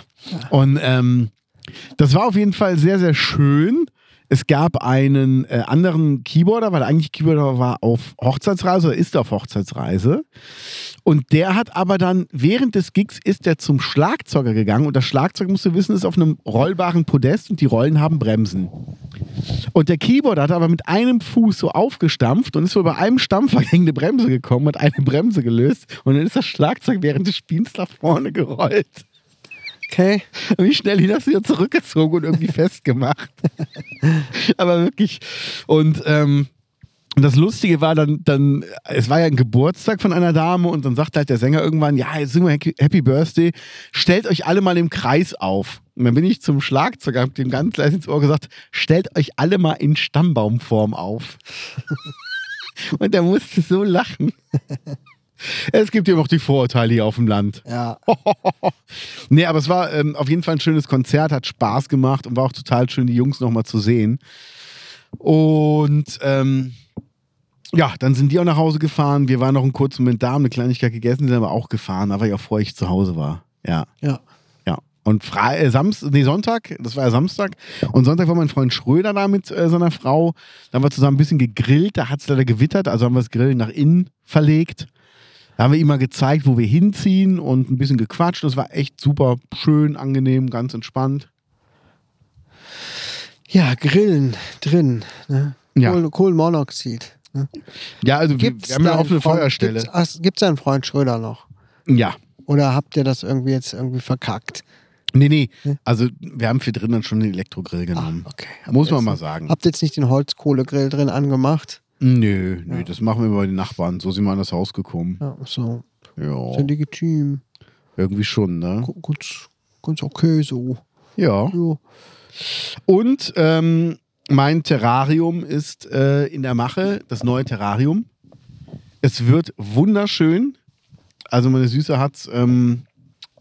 Und ähm, das war auf jeden Fall sehr, sehr schön. Es gab einen äh, anderen Keyboarder, weil der eigentliche Keyboarder war auf Hochzeitsreise oder ist auf Hochzeitsreise. Und der hat aber dann während des Gigs ist der zum Schlagzeuger gegangen. Und das Schlagzeug, musst du wissen, ist auf einem rollbaren Podest und die Rollen haben Bremsen. Und der Keyboarder hat aber mit einem Fuß so aufgestampft und ist wohl bei einem Stampfer gegen eine Bremse gekommen, hat eine Bremse gelöst. Und dann ist das Schlagzeug während des Spiels nach vorne gerollt.
Okay.
Und Wie schnell ihn das wieder zurückgezogen und irgendwie festgemacht. Aber wirklich. Und ähm, das Lustige war dann, dann, es war ja ein Geburtstag von einer Dame und dann sagte halt der Sänger irgendwann, ja, jetzt singen wir Happy- Happy Birthday, stellt euch alle mal im Kreis auf. Und dann bin ich zum Schlagzeuger, hab dem ganz leise ins Ohr gesagt, stellt euch alle mal in Stammbaumform auf. und er musste so lachen. Es gibt ja noch die Vorurteile hier auf dem Land.
Ja.
Nee, aber es war ähm, auf jeden Fall ein schönes Konzert, hat Spaß gemacht und war auch total schön, die Jungs nochmal zu sehen. Und ähm, ja, dann sind die auch nach Hause gefahren. Wir waren noch einen kurzen Moment da, haben eine Kleinigkeit gegessen, sind aber auch gefahren. Da war ich auch froh, ich zu Hause war. Ja,
Ja.
ja. Und Fre äh, Samst nee, Sonntag, das war ja Samstag. Und Sonntag war mein Freund Schröder da mit äh, seiner Frau. Da haben wir zusammen ein bisschen gegrillt. Da hat es leider gewittert, also haben wir das Grillen nach innen verlegt. Da haben wir ihm mal gezeigt, wo wir hinziehen und ein bisschen gequatscht. Das war echt super schön, angenehm, ganz entspannt.
Ja, Grillen drin. Ne?
Ja.
Kohl Kohlenmonoxid. Ne?
Ja, also wir- wir haben ja
deinen
auch eine
Freund-
Feuerstelle.
Gibt's, ach, gibt's deinen Freund Schröder noch?
Ja.
Oder habt ihr das irgendwie jetzt irgendwie verkackt?
Nee, nee. Also wir haben für drinnen schon den Elektrogrill genommen.
Hm. Ah, okay. Habt
Muss
ihr
man
jetzt-
mal sagen.
Habt ihr jetzt nicht den Holzkohlegrill drin angemacht?
Nö, nö, das machen wir bei den Nachbarn. So sind wir an das Haus gekommen.
Ja, so.
Ja,
Ist ja legitim.
irgendwie schon, ne?
Gu- Ganz, ganz okay so.
Ja.
Jo.
Und ähm, mein Terrarium ist äh, in der Mache, das neue Terrarium. Es wird wunderschön. Also meine Süße hat es ähm,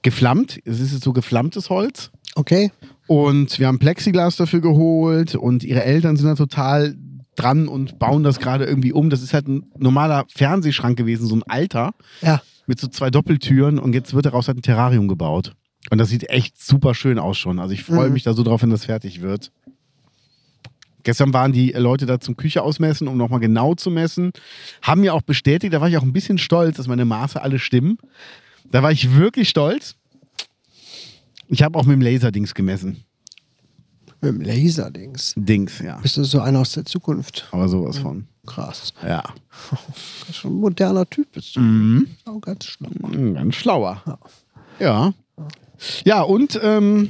geflammt. Es ist jetzt so geflammtes Holz.
Okay.
Und wir haben Plexiglas dafür geholt und ihre Eltern sind da total dran und bauen das gerade irgendwie um. Das ist halt ein normaler Fernsehschrank gewesen, so ein alter
Ja.
mit so zwei Doppeltüren und jetzt wird daraus halt ein Terrarium gebaut. Und das sieht echt super schön aus schon. Also ich freue mich da so drauf, wenn das fertig wird. Gestern waren die Leute da zum Küche ausmessen, um nochmal genau zu messen. Haben mir auch bestätigt, da war ich auch ein bisschen stolz, dass meine Maße alle stimmen. Da war ich wirklich stolz. Ich habe auch mit dem Laserdings gemessen.
Mit dem Laserdings.
Dings, ja.
Bist du so einer aus der Zukunft?
Aber sowas von.
Krass.
Ja.
Ganz schon ein moderner Typ bist du.
Mhm.
Auch ganz schlau.
Mm, Ganz schlauer. Ja. Ja, und ähm,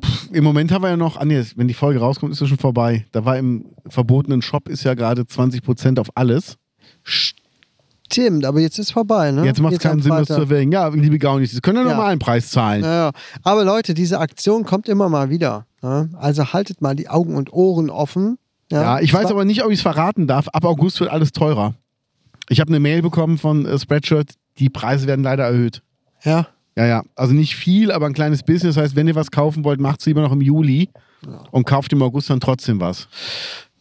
pff, im Moment haben wir ja noch, ah, nee, wenn die Folge rauskommt, ist es schon vorbei. Da war im verbotenen Shop ist ja gerade 20% auf alles.
Stimmt, aber jetzt ist vorbei, ne?
Jetzt macht es keinen
am
Sinn, das zu
Freitag.
erwähnen. Ja, liebe Gaunis, Sie können ja
Ja.
normalen Preis zahlen.
Ja, ja. Aber Leute, diese Aktion kommt immer mal wieder. Ne? Also haltet mal die Augen und Ohren offen.
Ja, ich weiß
Zwar-
aber nicht, ob ich es verraten darf. Ab August wird alles teurer. Ich habe eine Mail bekommen von äh, Spreadshirt, die Preise werden leider erhöht.
Ja,
Ja, ja. Also nicht viel, aber ein kleines Business. Das heißt, wenn ihr was kaufen wollt, macht es lieber noch im Juli und kauft im August dann trotzdem was.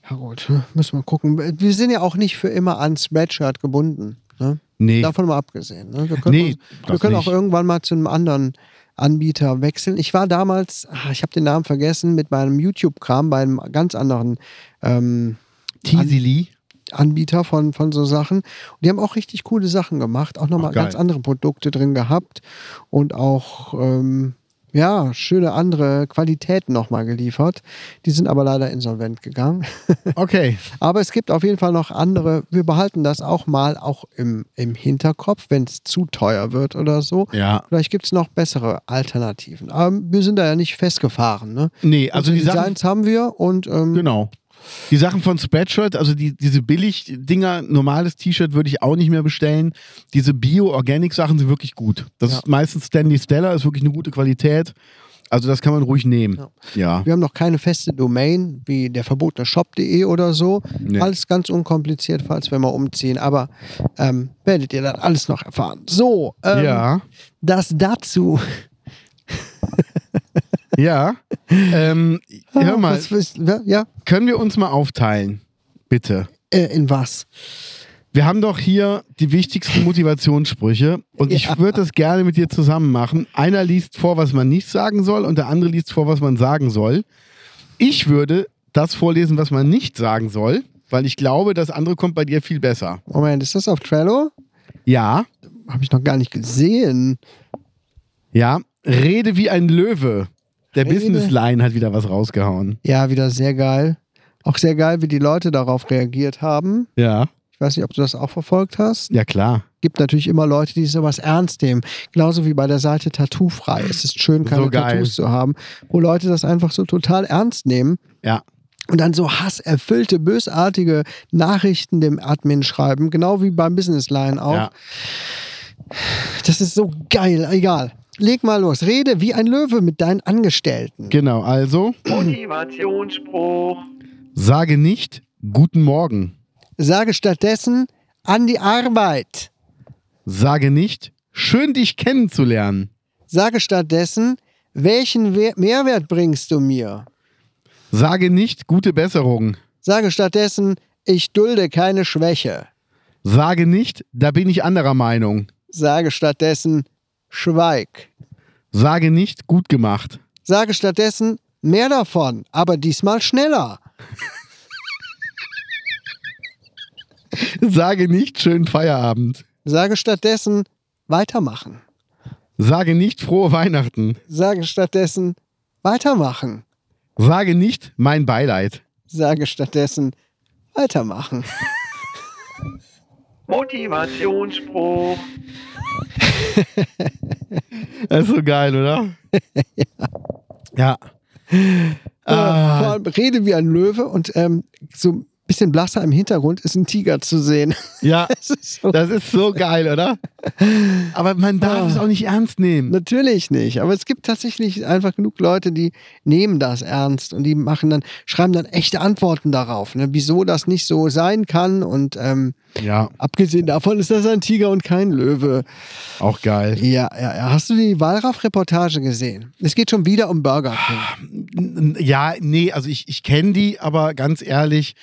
ja gut, ne? müssen wir gucken. Wir sind ja auch nicht für immer an Spreadshirt gebunden. Ne?
Nee.
Davon mal abgesehen. Ne? Wir können,
Nee,
uns, wir
das
können auch
nicht.
irgendwann mal zu einem anderen Anbieter wechseln. Ich war damals, ah, ich habe den Namen vergessen, mit meinem YouTube-Kram bei einem ganz anderen ähm,
Teasily.
Anbieter von, von so Sachen. Und die haben auch richtig coole Sachen gemacht, auch nochmal
Ach, geil.
ganz andere Produkte drin gehabt und auch ähm, ja, schöne andere Qualitäten nochmal geliefert. Die sind aber leider insolvent gegangen.
Okay.
aber es gibt auf jeden Fall noch andere. Wir behalten das auch mal auch im, im Hinterkopf, wenn es zu teuer wird oder so.
Ja.
Vielleicht gibt es noch bessere Alternativen. Aber wir sind da ja nicht festgefahren. Ne?
Nee, also die
Unsere
Sachen.
Designs haben wir und ähm,
Genau. Die Sachen von Spreadshirt, also die, diese Billig-Dinger, normales T-Shirt würde ich auch nicht mehr bestellen. Diese Bio-Organic-Sachen sind wirklich gut. Das ist meistens Stanley Stella, ist wirklich eine gute Qualität. Also das kann man ruhig nehmen. Ja.
Wir haben noch keine feste Domain wie der verbotene Shop.de oder so.
Nee.
Alles ganz unkompliziert, falls wir mal umziehen. Aber ähm, werdet ihr dann alles noch erfahren. So, ähm,
Ja.
das dazu.
Ja. ähm, hör mal,
Ah, Was, wisst- wer- ja,
können wir uns mal aufteilen? Bitte.
äh, in was?
Wir haben doch hier die wichtigsten Motivationssprüche und ich würde das gerne mit dir zusammen machen. Einer liest vor, was man nicht sagen soll und der andere liest vor, was man sagen soll. Ich würde das vorlesen, was man nicht sagen soll, weil ich glaube, das andere kommt bei dir viel besser.
Moment, ist das auf Trello?
Ja,
Habe ich noch gar nicht gesehen.
ja. Rede wie ein Löwe. Der
Rede.
Business Line hat wieder was rausgehauen.
Ja, wieder sehr geil. Auch sehr geil, wie die Leute darauf reagiert haben.
Ja.
Ich weiß nicht, ob du das auch verfolgt hast.
Ja, klar.
Gibt natürlich immer Leute, die sowas ernst nehmen. Genauso wie bei der Seite Tattoofrei. Es ist schön, keine
So geil.
Tattoos zu haben, wo Leute das einfach so total ernst nehmen
Ja.
und dann so hasserfüllte, bösartige Nachrichten dem Admin schreiben. Genau wie beim Businessline auch.
ja.
Das ist so geil. Egal. Leg mal los. Rede wie ein Löwe mit deinen Angestellten.
Genau, also
Motivationsspruch.
sage nicht Guten Morgen.
Sage stattdessen an die Arbeit.
Sage nicht Schön, dich kennenzulernen.
Sage stattdessen, welchen We Mehrwert bringst du mir?
Sage nicht gute Besserung.
Sage stattdessen, ich dulde keine Schwäche.
Sage nicht, da bin ich anderer Meinung.
Sage stattdessen, schweig.
Sage nicht gut gemacht.
Sage stattdessen, mehr davon, aber diesmal schneller.
Sage nicht schönen Feierabend.
Sage stattdessen, weitermachen.
Sage nicht frohe Weihnachten.
Sage stattdessen, weitermachen.
Sage nicht mein Beileid.
Sage stattdessen, weitermachen.
Motivationsspruch.
Das ist so geil, oder? ja.
Äh, Vor allem rede wie ein Löwe und ähm, so ein bisschen blasser im Hintergrund ist ein Tiger zu sehen.
Ja.
Das ist so
Das ist so geil, oder? Aber man darf es auch nicht ernst
Ne.
nehmen.
Natürlich nicht, aber es gibt tatsächlich einfach genug Leute, die nehmen das ernst und die machen dann, schreiben dann echte Antworten darauf, ne? wieso das nicht so sein kann und ähm,
Ja,
abgesehen davon ist das ein Tiger und kein Löwe.
auch geil.
Ja, ja, ja. Hast du die Wallraff-Reportage gesehen? Es geht schon wieder um Burger King.
Ja, nee, also ich, ich kenne die, aber ganz ehrlich,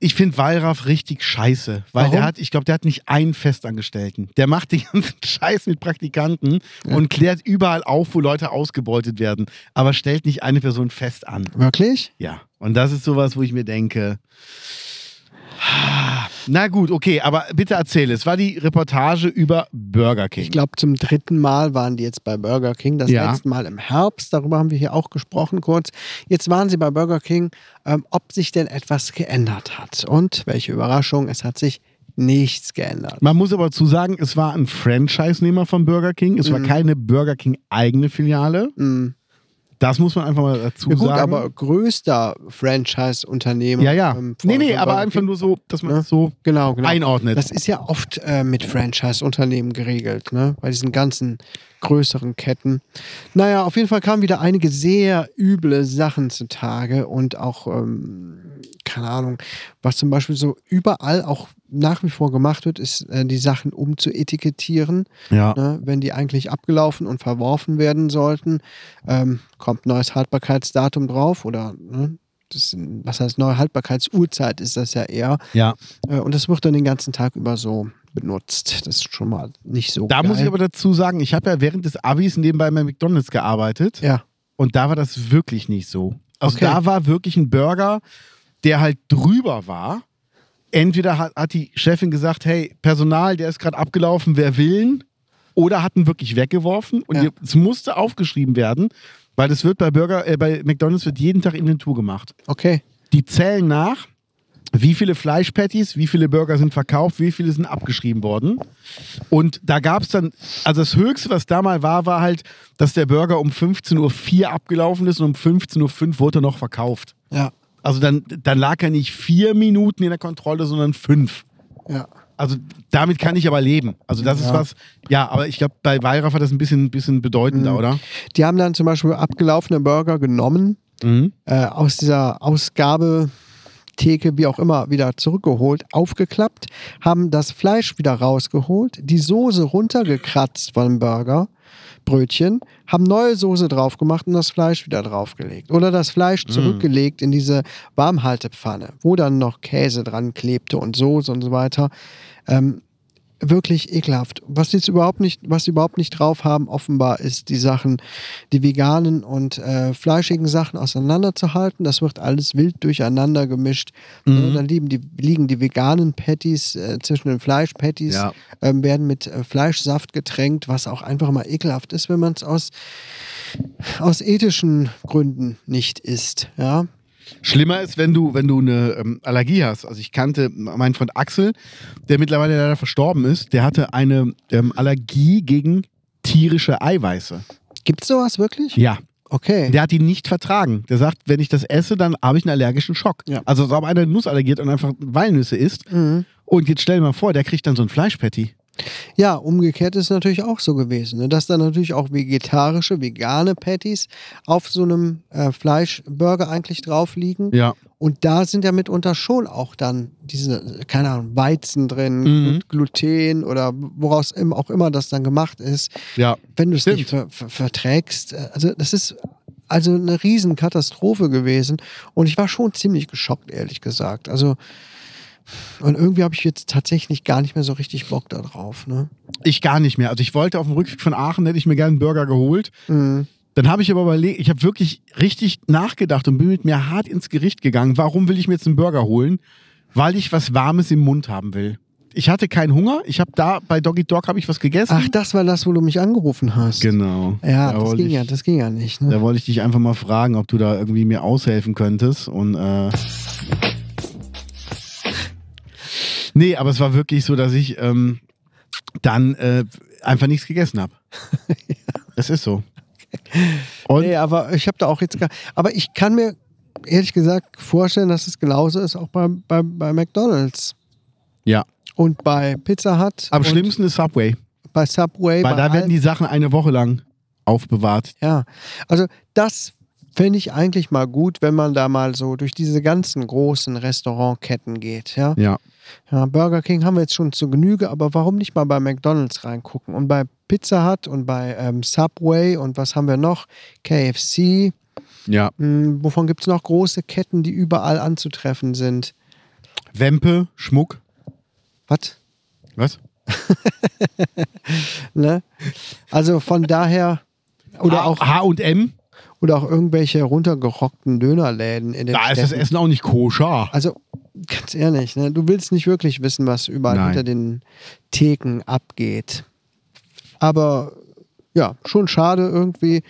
ich finde Wallraff richtig scheiße. Weil der
Warum?
hat, ich glaube, der hat nicht einen Festangestellten. Der macht den ganzen Scheiß mit Praktikanten und klärt überall auf, wo Leute ausgebeutet werden, aber stellt nicht eine Person fest an.
Wirklich?
Ja. Und das ist sowas, wo ich mir denke. Na gut, okay, aber bitte erzähl es. War die Reportage über Burger King?
Ich glaube, zum dritten Mal waren die jetzt bei Burger King. Das
Ja.
letzte Mal im Herbst. Darüber haben wir hier auch gesprochen kurz. Jetzt waren sie bei Burger King, ähm, ob sich denn etwas geändert hat. Und welche Überraschung, es hat sich nichts geändert.
Man muss aber zu sagen, es war ein Franchise-Nehmer von Burger King. Es war
Mhm.
keine Burger King-eigene Filiale. Das muss man einfach mal dazu
Ja, gut,
sagen.
aber größter Franchise-Unternehmen.
ja, ja.
ähm, von-
nee, nee,
von
aber
Burger
einfach
King.
nur so, dass man es so
Genau, genau.
einordnet.
Das ist ja oft äh, mit Franchise-Unternehmen geregelt, ne? Bei diesen ganzen größeren Ketten. Naja, auf jeden Fall kamen wieder einige sehr üble Sachen zutage und auch, ähm, keine Ahnung, was zum Beispiel so überall auch nach wie vor gemacht wird, ist äh, die Sachen um zu etikettieren,
ja.
ne? wenn die eigentlich abgelaufen und verworfen werden sollten. Ähm, kommt neues Haltbarkeitsdatum drauf oder ne? das, ist- was heißt neue Haltbarkeitsurzeit ist das ja eher.
ja.
Äh, Und das wird dann den ganzen Tag über so benutzt. Das ist schon mal nicht so
Da
geil.
muss ich aber dazu sagen, ich habe ja während des Abis nebenbei bei McDonalds gearbeitet.
Ja,
Und da war das wirklich nicht so. Also
Okay.
da war wirklich ein Burger, der halt drüber war. Entweder hat, hat die Chefin gesagt, hey, Personal, der ist gerade abgelaufen, wer will ihn? Oder hat ihn wirklich weggeworfen und
Ja.
ihr- es musste aufgeschrieben werden, weil das wird bei Burger, äh, bei McDonalds wird jeden Tag Inventur gemacht.
okay.
Die zählen nach, wie viele Fleischpatties, wie viele Burger sind verkauft, wie viele sind abgeschrieben worden. Und da gab es dann, also das Höchste, was da mal war, war halt, dass der Burger um 15.04 Uhr abgelaufen ist und um 15.05 Uhr wurde er noch verkauft.
Ja.
Also dann, dann lag er nicht vier Minuten in der Kontrolle, sondern fünf.
Ja.
Also damit kann ich aber leben. Also das ist was, ja, aber ich glaube, bei Weihrauch war das ein bisschen, bisschen bedeutender, oder?
Die haben dann zum Beispiel abgelaufene Burger genommen,
Mhm.
äh, aus dieser Ausgabe. Theke, wie auch immer, wieder zurückgeholt, aufgeklappt, haben das Fleisch wieder rausgeholt, die Soße runtergekratzt von dem Burger, Brötchen, haben neue Soße drauf gemacht und das Fleisch wieder draufgelegt. Oder das Fleisch zurückgelegt in diese Warmhaltepfanne, wo dann noch Käse dran klebte und Soße und so weiter wirklich ekelhaft. Was sie jetzt überhaupt nicht, was sie überhaupt nicht drauf haben, offenbar ist die Sachen, die veganen und äh, fleischigen Sachen auseinanderzuhalten. Das wird alles wild durcheinander gemischt.
Mhm.
Und dann liegen die, liegen die veganen Patties äh, zwischen den Fleischpatties,
Ja.
ähm, werden mit äh, Fleischsaft getränkt, was auch einfach mal ekelhaft ist, wenn man es aus, aus ethischen Gründen nicht isst. Ja.
Schlimmer ist, wenn du, wenn du eine ähm, Allergie hast. Also ich kannte meinen Freund Axel, der mittlerweile leider verstorben ist, der hatte eine ähm, Allergie gegen tierische Eiweiße.
Gibt es sowas wirklich?
Ja.
Okay.
Der hat ihn nicht vertragen. Der sagt, wenn ich das esse, dann habe ich einen allergischen Schock.
Ja.
Also als ob einer Nuss allergiert und einfach Walnüsse isst. Und jetzt stell dir mal vor, der kriegt dann so ein Fleischpatty.
Ja, umgekehrt ist natürlich auch so gewesen, ne? dass dann natürlich auch vegetarische, vegane Patties auf so einem äh, Fleischburger eigentlich drauf liegen.
Ja.
Und da sind ja mitunter schon auch dann diese, keine Ahnung, Weizen drin,
Mhm.
Gl- Gluten oder woraus im- auch immer das dann gemacht ist.
Ja.
Wenn du es
Stimmt.
nicht ver ver verträgst, äh, also das ist also eine Riesenkatastrophe gewesen. Und ich war schon ziemlich geschockt, ehrlich gesagt. Also, und irgendwie habe ich jetzt tatsächlich gar nicht mehr so richtig Bock darauf. Ne?
Ich gar nicht mehr. Also ich wollte auf dem Rückweg von Aachen, hätte ich mir gerne einen Burger geholt.
Mhm.
Dann habe ich aber überlegt, ich habe wirklich richtig nachgedacht und bin mit mir hart ins Gericht gegangen. Warum will ich mir jetzt einen Burger holen? Weil ich was Warmes im Mund haben will. Ich hatte keinen Hunger. Ich habe da bei Doggy Dog habe ich was gegessen.
Ach, das war das, wo du mich angerufen hast.
genau.
Ja,
Da
das
wollte
ging
ich-
ja, das ging ja nicht. Ne?
Da wollte ich dich einfach mal fragen, ob du da irgendwie mir aushelfen könntest. Und äh. Nee, aber es war wirklich so, dass ich ähm, dann äh, einfach nichts gegessen habe. Es ist so. Und
Nee, aber ich habe da auch jetzt gar. Aber ich kann mir ehrlich gesagt vorstellen, dass es genauso ist auch bei, bei, bei McDonalds
ja.
und bei Pizza Hut.
Am
und
schlimmsten ist Subway.
Bei Subway.
Weil da werden
allen-
die Sachen eine Woche lang aufbewahrt.
Ja, also das fände ich eigentlich mal gut, wenn man da mal so durch diese ganzen großen Restaurantketten geht. Ja?
Ja.
Ja, Burger King haben wir jetzt schon zu Genüge, aber warum nicht mal bei McDonalds reingucken? Und bei Pizza Hut und bei ähm, Subway und was haben wir noch? KFC.
Ja.
Hm, wovon gibt es noch große Ketten, die überall anzutreffen sind?
Wempe, Schmuck.
Was?
Was?
Ne? Also von daher.
Ah.
Oder auch,
HM.
oder auch irgendwelche runtergerockten Dönerläden in den
Da ist das
Städten.
Essen auch nicht koscher.
Also ganz ehrlich, ne? du willst nicht wirklich wissen, was überall
Nein.
hinter den Theken abgeht. Aber ja, schon schade irgendwie.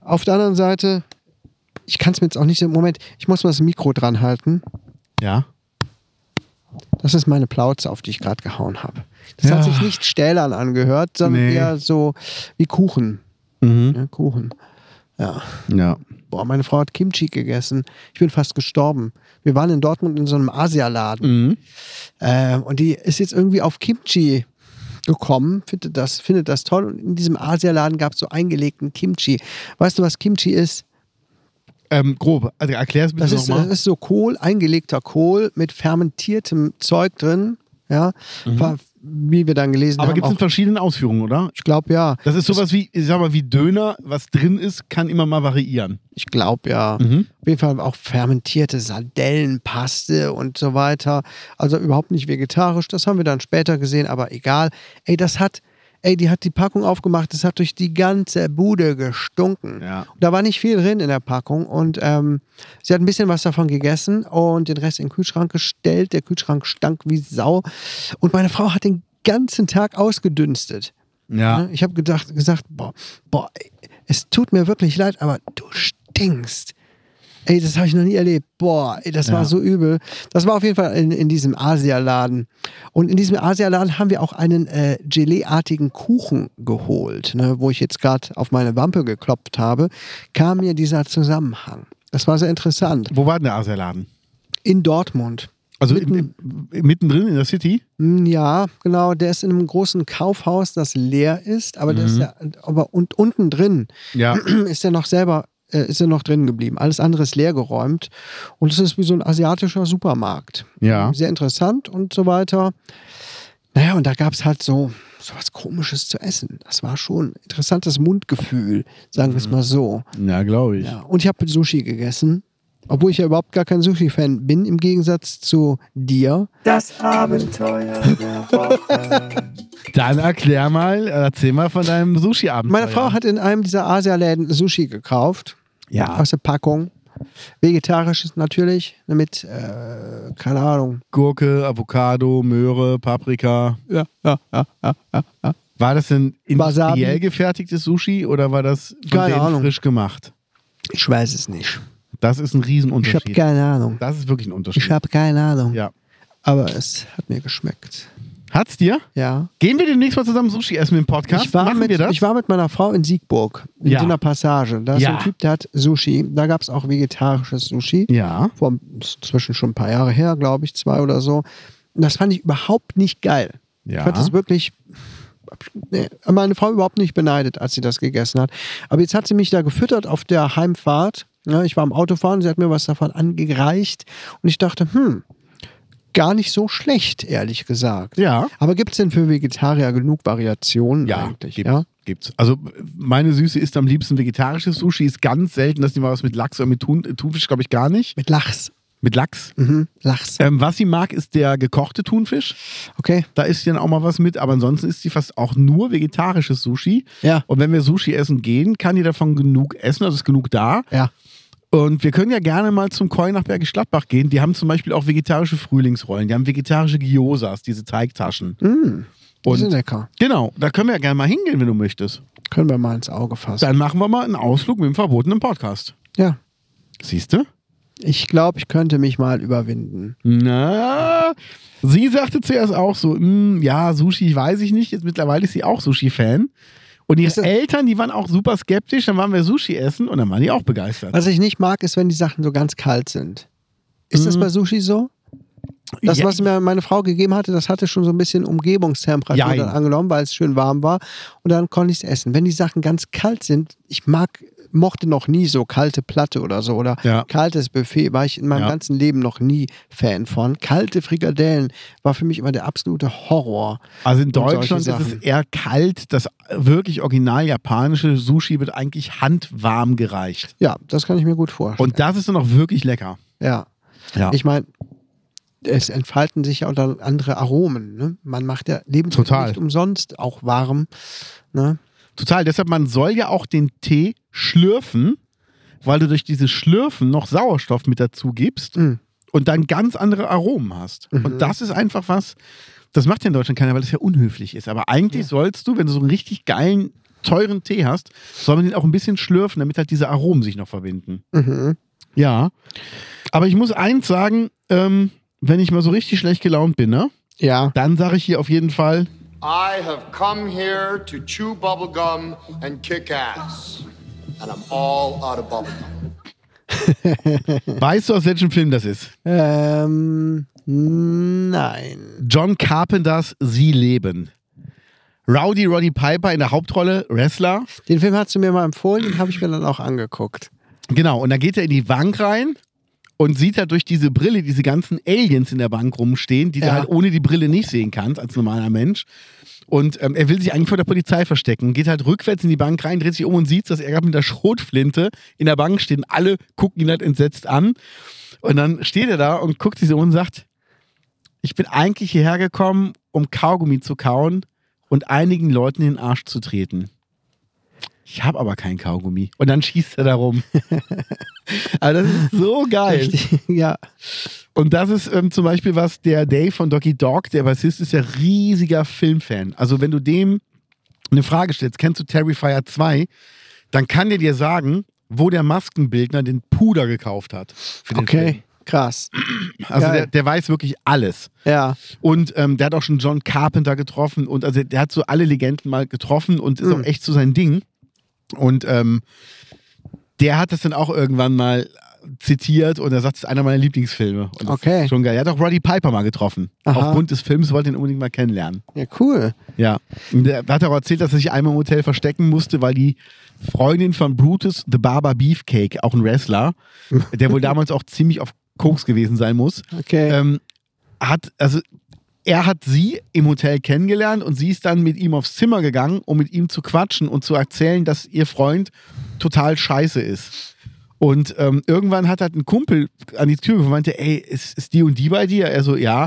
Auf der anderen Seite, ich kann es mir jetzt auch nicht so. Moment, ich muss mal das Mikro dran halten.
Ja.
Das ist meine Plauze, auf die ich gerade gehauen habe. Das
Ja.
hat sich nicht stählern angehört, sondern
Nee. Mhm.
eher so wie Kuchen. Ja, Kuchen.
Ja.
Boah, meine Frau hat Kimchi gegessen. Ich bin fast gestorben. Wir waren in Dortmund in so einem Asialaden.
Mhm.
Ähm, und die ist jetzt irgendwie auf Kimchi gekommen, findet das, findet das toll. Und in diesem Asialaden gab es so eingelegten Kimchi. Weißt du, was Kimchi ist?
Ähm, grob. Also erklär es bitte
Das ist, äh, das
nochmal.
ist so Kohl, eingelegter Kohl mit fermentiertem Zeug drin. Ja, Ver- wie wir dann gelesen
Mhm. Aber
haben.
gibt es in
Auch,
verschiedenen Ausführungen, oder?
ich glaube ja.
Das ist sowas wie, ich sag mal, wie Döner, was drin ist, kann immer mal variieren.
Ich glaube ja. Auf jeden Fall auch fermentierte Sardellenpaste und so weiter. Also überhaupt nicht vegetarisch. Das haben wir dann später gesehen, aber egal. Ey, das hat, ey, die hat die Packung aufgemacht. Das hat durch die ganze Bude gestunken.
Ja.
Und Da war nicht viel drin in der Packung und ähm, sie hat ein bisschen was davon gegessen und den Rest in den Kühlschrank gestellt. Der Kühlschrank stank wie Sau. Und meine Frau hat den ganzen Tag ausgedünstet.
Ja.
Ne? Ich habe gedacht, gesagt, boah, boah, ey, es tut mir wirklich leid, aber du stinkst. Ey, das habe ich noch nie erlebt. Boah, ey, das war so übel. Das war auf jeden Fall in, in diesem Asialaden. Und in diesem Asialaden haben wir auch einen äh, Gelee-artigen Kuchen geholt, ne, wo ich jetzt gerade auf meine Wampe geklopft habe, kam mir dieser Zusammenhang. Das war sehr interessant.
Wo war denn der Asialaden?
in Dortmund.
Also im, im, mittendrin in der City?
Hm, Ja, genau. Der ist in einem großen Kaufhaus, das leer ist, aber der ist ja, aber und unten drin
Ja.
ist er noch selber, äh, ist er noch drin geblieben. Alles andere ist leer geräumt und es ist wie so ein asiatischer Supermarkt.
Ja.
Sehr interessant und so weiter. Naja, und da gab es halt so, so was Komisches zu essen. Das war schon interessantes Mundgefühl, sagen wir es mal so.
Mhm. Ja, glaube ich.
Ja, und ich habe Sushi gegessen, obwohl ich ja überhaupt gar kein Sushi-Fan bin, im Gegensatz zu dir.
Das Abenteuer der Woche.
Dann erklär mal, erzähl mal von deinem Sushi-Abend.
Meine Frau hat in einem dieser Asialäden Sushi gekauft.
Ja.
Aus der Packung. Vegetarisches natürlich, mit, äh, keine Ahnung.
Gurke, Avocado, Möhre, Paprika.
Ja, ja, ja.
War das denn
Wasabi.
industriell gefertigtes Sushi oder war das von
Keine
denen
Ahnung.
frisch gemacht?
Ich weiß es nicht.
Das ist ein
Ich habe
Riesenunterschied.
keine Ahnung.
das ist wirklich ein Unterschied.
Ich habe keine Ahnung.
ja.
Aber es hat mir geschmeckt.
Hat's dir?
Ja.
Gehen wir demnächst mal zusammen Sushi essen mit dem Podcast?
Ich war,
Machen
mit,
wir das?
ich war mit meiner Frau in Siegburg, in
Ja.
so einer Passage. Da ist
Ja.
ein Typ, der hat Sushi. Da gab es auch vegetarisches Sushi.
ja.
Vor zwischen schon ein paar Jahre her, glaube ich, zwei oder so. Und das fand ich überhaupt nicht geil.
Ja.
Ich fand das wirklich. Nee, meine Frau überhaupt nicht beneidet, als sie das gegessen hat. Aber jetzt hat sie mich da gefüttert auf der Heimfahrt. Ja, ich war am Autofahren, sie hat mir was davon angereicht. Und ich dachte, hm, gar nicht so schlecht, ehrlich gesagt.
Ja.
Aber gibt es denn für Vegetarier genug Variationen
Ja,
eigentlich?
gibt's,
Ja?
gibt's. Also meine Süße isst am liebsten vegetarisches Sushi, ist ganz selten, dass die mal was mit Lachs oder mit Thun, äh, Thunfisch, glaube ich, gar nicht.
Mit Lachs.
Mit Lachs.
Mhm, Lachs.
Ähm, was sie mag, ist der gekochte Thunfisch.
Okay.
Da isst sie dann auch mal was mit, aber ansonsten isst sie fast auch nur vegetarisches Sushi.
Ja.
Und wenn wir Sushi essen gehen, kann die davon genug essen, also ist genug da.
Ja.
Und wir können ja gerne mal zum Koi nach Bergisch Gladbach gehen. Die haben zum Beispiel auch vegetarische Frühlingsrollen. Die haben vegetarische Gyosas, diese Teigtaschen.
Mm. Die sind
Und
lecker.
genau, da können wir ja gerne mal hingehen, wenn du möchtest.
Können wir mal ins Auge fassen.
Dann machen wir mal einen Ausflug mit dem verbotenen Podcast.
Ja.
Siehst du?
Ich glaube, ich könnte mich mal überwinden.
Na, sie sagte zuerst auch so, "Hm, ja, Sushi weiß ich nicht. Jetzt mittlerweile ist sie auch Sushi-Fan. Und
Ist
ihre
das-
Eltern, die waren auch super skeptisch. Dann waren wir Sushi essen und dann waren die auch begeistert.
Was ich nicht mag, ist, wenn die Sachen so ganz kalt sind. Ist das bei Sushi so? Also Das,
Mhm. Ja.
was mir meine Frau gegeben hatte, das hatte schon so ein bisschen Umgebungstemperatur
Jein.
dann angenommen, weil es schön warm war. Und dann konnte ich es essen. Wenn die Sachen ganz kalt sind, ich mag, mochte noch nie so kalte Platte oder so oder
Ja.
kaltes Buffet, war ich in meinem
Ja.
ganzen Leben noch nie Fan von. Kalte Frikadellen war für mich immer der absolute Horror.
Also in
Und solche
Deutschland ist es
Sachen.
eher kalt. Das wirklich original japanische Sushi wird eigentlich handwarm gereicht.
Ja, das kann ich mir gut vorstellen.
Und das ist dann auch wirklich lecker.
ja.
Ja.
Ich meine, es entfalten sich ja auch dann andere Aromen. Ne? Man macht ja Lebensmittel
Total.
nicht umsonst auch warm. Ne?
Total. Deshalb, man soll ja auch den Tee schlürfen, weil du durch dieses Schlürfen noch Sauerstoff mit dazu gibst
Mhm.
und dann ganz andere Aromen hast. Und das ist einfach was, das macht ja in Deutschland keiner, weil das ja unhöflich ist. Aber eigentlich sollst du, wenn du so einen richtig geilen, teuren Tee hast, soll man den auch ein bisschen schlürfen, damit halt diese Aromen sich noch verbinden.
Mhm.
Ja. Aber ich muss eins sagen, ähm, wenn ich mal so richtig schlecht gelaunt bin, ne?
Ja,
Dann sage ich hier auf jeden Fall,
I have come here to chew bubblegum and kick ass. And I'm all out of bubblegum.
weißt du, aus welchem Film das ist?
ähm, nein.
John Carpenters Sie leben. Rowdy Roddy Piper in der Hauptrolle, Wrestler.
Den Film hast du mir mal empfohlen, den habe ich mir dann auch angeguckt.
Genau, und dann geht er in die Bank rein und sieht halt durch diese Brille diese ganzen Aliens in der Bank rumstehen, die du
Ja.
halt ohne die Brille nicht sehen kannst als normaler Mensch. Und ähm, er will sich eigentlich vor der Polizei verstecken, geht halt rückwärts in die Bank rein, dreht sich um und sieht, dass er gerade mit der Schrotflinte in der Bank steht und alle gucken ihn halt entsetzt an. Und dann steht er da und guckt sich so um und sagt, ich bin eigentlich hierher gekommen, um Kaugummi zu kauen und einigen Leuten in den Arsch zu treten. Ich habe aber kein Kaugummi. Und dann schießt er da rum. aber das ist so geil.
Richtig, ja.
Und das ist ähm, zum Beispiel was, der Dave von Doggy Dog, der Bassist, ist ja riesiger Filmfan. Also wenn du dem eine Frage stellst, kennst du Terrifier 2, dann kann der dir sagen, wo der Maskenbildner den Puder gekauft hat. für den
Okay, krass.
Film. Also
geil.
der, der weiß wirklich alles.
Ja,
Und ähm, der hat auch schon John Carpenter getroffen und also der hat so alle Legenden mal getroffen und
Hm.
ist auch echt so sein Ding. Und ähm, der hat das dann auch irgendwann mal zitiert und er sagt, es ist einer meiner Lieblingsfilme. Und das
Okay.
Ist schon geil. Er hat auch Roddy Piper mal getroffen.
Aha.
Aufgrund des Films wollte er ihn unbedingt mal kennenlernen.
Ja, cool.
Ja. Und er hat auch erzählt, dass er sich einmal im Hotel verstecken musste, weil die Freundin von Brutus, The Barber Beefcake, auch ein Wrestler, der wohl damals auch ziemlich auf Koks gewesen sein muss,
Okay.
ähm, hat, also er hat sie im Hotel kennengelernt und sie ist dann mit ihm aufs Zimmer gegangen, um mit ihm zu quatschen und zu erzählen, dass ihr Freund total scheiße ist. Und ähm, irgendwann hat halt ein Kumpel an die Tür gekommen und meinte, ey, ist, ist die und die bei dir? Er so, ja,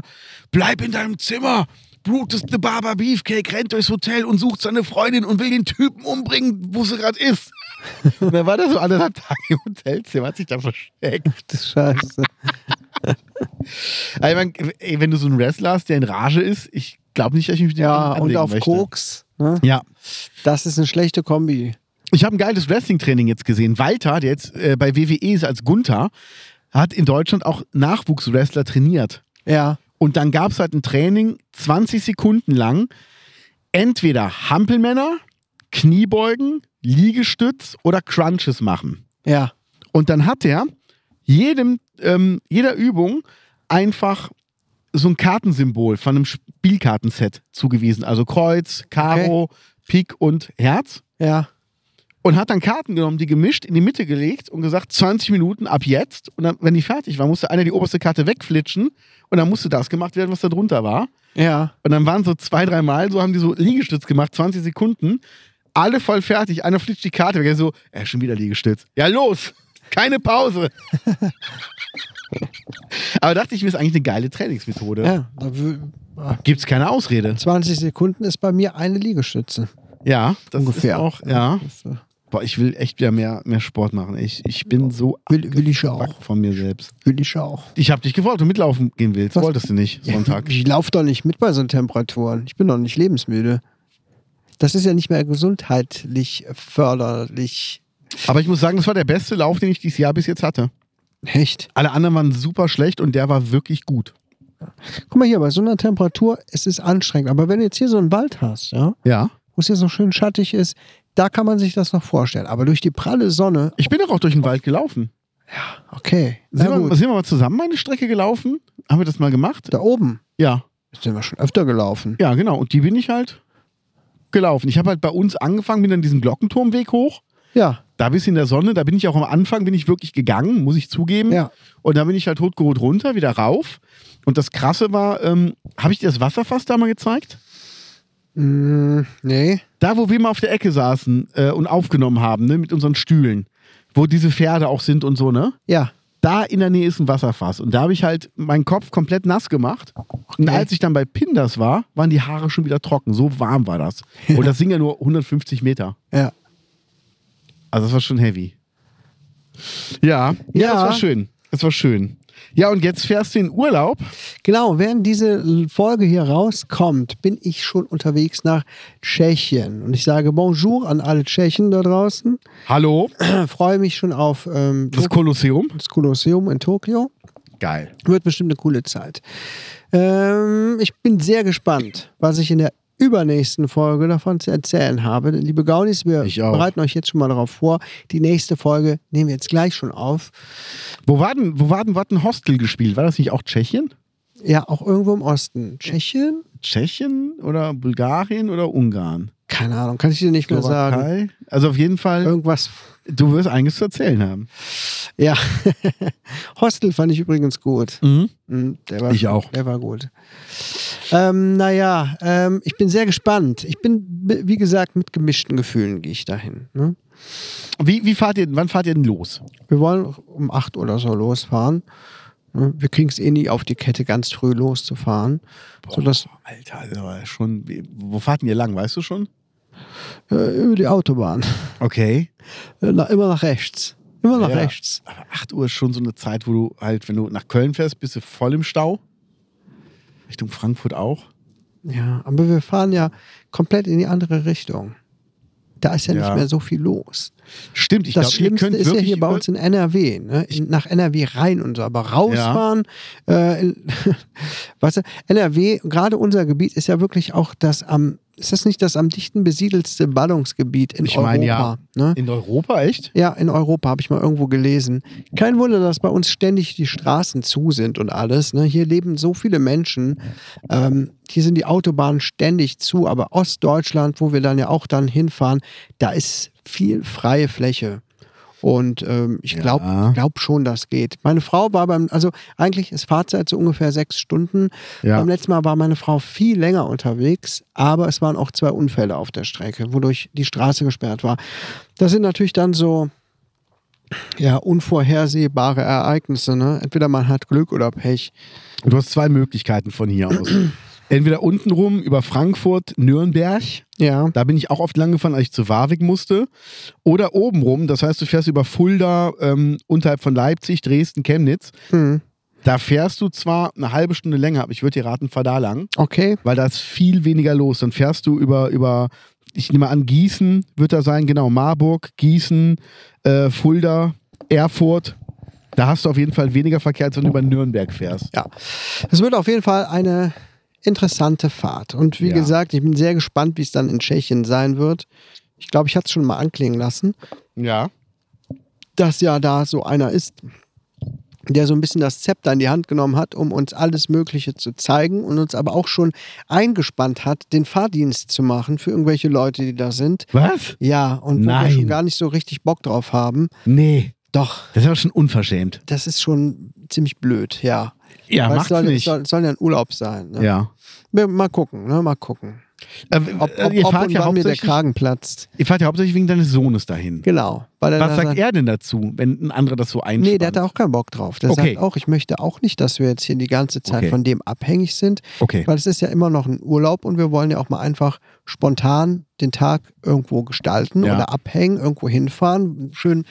bleib in deinem Zimmer. Brutus the Barber Beefcake rennt durchs Hotel und sucht seine Freundin und will den Typen umbringen, wo sie gerade ist. und dann war der so anderthalb Tage im Hotelzimmer, hat sich da versteckt.
das ist scheiße.
Also, ich mein, ey, wenn du so einen Wrestler hast, der in Rage ist, ich glaube nicht, dass ich mich mit dem
Ja,
anlegen
und auf
möchte.
Koks. Ne?
Ja.
Das ist eine schlechte Kombi.
Ich habe ein geiles Wrestling-Training jetzt gesehen. Walter, der jetzt äh, bei WWE ist als Gunther, hat in Deutschland auch Nachwuchswrestler trainiert.
Ja.
Und dann gab es halt ein Training, 20 Sekunden lang, entweder Hampelmänner, Kniebeugen, Liegestütz oder Crunches machen.
Ja.
Und dann hat er jedem, ähm, jeder Übung einfach so ein Kartensymbol von einem Spielkartenset zugewiesen. Also Kreuz, Karo, Pik und Herz.
Ja.
Und hat dann Karten genommen, die gemischt in die Mitte gelegt und gesagt, 20 Minuten ab jetzt. Und dann, wenn die fertig war, musste einer die oberste Karte wegflitschen und dann musste das gemacht werden, was da drunter war.
Ja.
Und dann waren so zwei, drei Mal, so haben die so Liegestütz gemacht, 20 Sekunden. Alle voll fertig, einer flitscht die Karte weg, er so, äh, schon wieder Liegestütz. Ja, los! Keine Pause! Aber dachte ich mir, ist eigentlich eine geile Trainingsmethode.
Ja. Da wü-
Gibt's keine Ausrede.
20 Sekunden ist bei mir eine Liegestütze.
Ja, das
Ungefähr.
ist auch, ja.
Das, äh,
Boah, ich will echt wieder mehr, mehr Sport machen. Ich, ich bin so
Will- will ich ja
abgefuckt
auch.
von mir selbst.
Will ich auch.
Ich habe dich gefragt, ob du mitlaufen gehen willst.
Was?
Wolltest du nicht, Sonntag.
Ich laufe doch nicht mit bei so Temperaturen. Ich bin doch nicht lebensmüde. Das ist ja nicht mehr gesundheitlich förderlich.
Aber ich muss sagen, das war der beste Lauf, den ich dieses Jahr bis jetzt hatte.
Echt?
Alle anderen waren super schlecht und der war wirklich gut.
Guck mal hier, bei so einer Temperatur, es ist anstrengend. Aber wenn du jetzt hier so einen Wald hast, ja,
Ja.
wo es jetzt noch schön schattig ist, da kann man sich das noch vorstellen. Aber durch die pralle Sonne,
Ich bin doch auch durch den Wald gelaufen.
okay.
Sind,
Oh. Na
wir,
gut.
sind wir mal zusammen eine Strecke gelaufen? Haben wir das mal gemacht?
Da oben
Ja.
sind wir schon öfter gelaufen.
Ja, genau. Und die bin ich halt gelaufen. Ich habe halt bei uns angefangen, bin dann diesen Glockenturmweg hoch.
Ja,
Da bist du in der Sonne. Da bin ich auch am Anfang, bin ich wirklich gegangen, muss ich zugeben.
ja.
Und da bin ich halt totgerot runter, wieder rauf. Und das Krasse war, ähm, habe ich dir das Wasserfass da mal gezeigt?
Mm, nee.
Da, wo wir mal auf der Ecke saßen äh, und aufgenommen haben, ne, mit unseren Stühlen, wo diese Pferde auch sind und so, ne?
Ja.
da in der Nähe ist ein Wasserfass. Und da habe ich halt meinen Kopf komplett nass gemacht. Und als ich dann bei Pinders war, waren die Haare schon wieder trocken. So warm war das. Und das sind ja nur 150 Meter.
Ja.
Also das war schon heavy. Ja, ja,
Ja.
das war schön. Das war schön. Ja, und jetzt fährst du in Urlaub.
Genau, während diese Folge hier rauskommt, bin ich schon unterwegs nach Tschechien. Und ich sage Bonjour an alle Tschechen da draußen.
Hallo,
Freue mich schon auf ähm,
das Kolosseum.
das Kolosseum in Tokio.
Geil.
Wird bestimmt eine coole Zeit. Ähm, ich bin sehr gespannt, was ich in der übernächsten Folge davon zu erzählen habe. Denn, liebe Gaunis, wir
Ich auch.
bereiten euch jetzt schon mal darauf vor. Die nächste Folge nehmen wir jetzt gleich schon auf.
Wo war denn, wo war denn, wo hat ein Hostel gespielt? War das nicht auch Tschechien?
Ja, auch irgendwo im Osten. Tschechien?
Tschechien oder Bulgarien oder Ungarn?
Keine Ahnung, kann ich dir nicht mehr sagen.
Slowakei? Also auf jeden Fall,
Irgendwas
du wirst einiges zu erzählen haben.
Ja. Hostel fand ich übrigens gut.
Mhm.
Mhm, Der war,
Ich auch.
Der war gut. Ähm, naja, ähm, ich bin sehr gespannt. Ich bin, b- wie gesagt, mit gemischten Gefühlen gehe ich dahin. Ne?
Wie, wie fahrt ihr, wann fahrt ihr denn los?
Wir wollen um 8 oder so losfahren. Ne? Wir kriegen es eh nie auf die Kette, ganz früh loszufahren. sodass
Alter, das war schon. wie- Wo fahrt denn ihr lang, weißt du schon?
äh, über die Autobahn.
Okay.
Äh, Na, immer nach rechts. Immer nach
Ja.
rechts.
Aber 8 Uhr ist schon so eine Zeit, wo du halt, wenn du nach Köln fährst, bist du voll im Stau. Richtung Frankfurt auch.
Ja, aber wir fahren ja komplett in die andere Richtung. Da ist ja,
Ja.
nicht mehr so viel los.
Stimmt, ich
das
glaube, ihr
Schlimmste
könnt
ist ja
wirklich
hier bei
über-
uns in NRW. Ne? In- Nach NRW rein und so, aber rausfahren. Äh, in- weißt du, NRW, gerade unser Gebiet, ist ja wirklich auch das am, ist das nicht das am dichten besiedelste Ballungsgebiet in
ich
Europa?
meine ja,
Ne?
in Europa echt?
Ja, in Europa habe ich mal irgendwo gelesen. Kein Wunder, dass bei uns ständig die Straßen zu sind und alles. Ne? Hier leben so viele Menschen. Ähm, hier sind die Autobahnen ständig zu, aber Ostdeutschland, wo wir dann ja auch dann hinfahren, da ist viel freie Fläche. Und ähm, ich glaube
Ja.
glaub schon, das geht. Meine Frau war beim, also eigentlich ist Fahrzeit so ungefähr sechs Stunden.
Ja.
Beim letzten Mal war meine Frau viel länger unterwegs, aber es waren auch zwei Unfälle auf der Strecke, wodurch die Straße gesperrt war. Das sind natürlich dann so ja, unvorhersehbare Ereignisse. Ne? Entweder man hat Glück oder Pech.
Du hast zwei Möglichkeiten von hier aus. Entweder unten rum über Frankfurt, Nürnberg.
Ja,
Da bin ich auch oft lang gefahren, als ich zu Warwick musste. Oder oben rum. Das heißt, du fährst über Fulda, ähm, unterhalb von Leipzig, Dresden, Chemnitz.
hm.
Da fährst du zwar eine halbe Stunde länger, aber ich würde dir raten, fahr da lang.
okay.
weil da ist viel weniger los. Dann fährst du über, über ich nehme an, Gießen wird da sein, genau, Marburg, Gießen, äh, Fulda, Erfurt. Da hast du auf jeden Fall weniger Verkehr, als wenn du über Nürnberg fährst.
Ja, es wird auf jeden Fall eine interessante Fahrt. Und wie
Ja.
gesagt, ich bin sehr gespannt, wie es dann in Tschechien sein wird. Ich glaube, ich hatte es schon mal anklingen lassen,
Ja.
dass ja da so einer ist, der so ein bisschen das Zepter in die Hand genommen hat, um uns alles Mögliche zu zeigen und uns aber auch schon eingespannt hat, den Fahrdienst zu machen für irgendwelche Leute, die da sind.
Was?
Ja, und wo wir
Nein.
schon gar nicht so richtig Bock drauf haben.
Nee.
Doch,
Das ist aber schon unverschämt.
das ist schon ziemlich blöd, ja.
Ja,
Weil es
macht's
soll,
nicht.
Es soll, es soll ja ein Urlaub sein. Ne?
ja.
Wir- Mal gucken, ne? mal gucken.
Äh,
Ob, ob,
ihr,
ob
fahrt
und
ja
wann mir der
hauptsächlich,
Kragen platzt.
ihr fahrt ja hauptsächlich wegen deines Sohnes dahin.
Genau. Weil er
Was
da
sagt er denn dazu, wenn ein anderer das so einspannt?
Nee, der hat da auch keinen Bock drauf. Der
Okay.
sagt auch, ich möchte auch nicht, dass wir jetzt hier die ganze Zeit
Okay.
von dem abhängig sind,
Okay.
weil es ist ja immer noch ein Urlaub und wir wollen ja auch mal einfach spontan den Tag irgendwo gestalten
Ja.
oder abhängen, irgendwo hinfahren, schön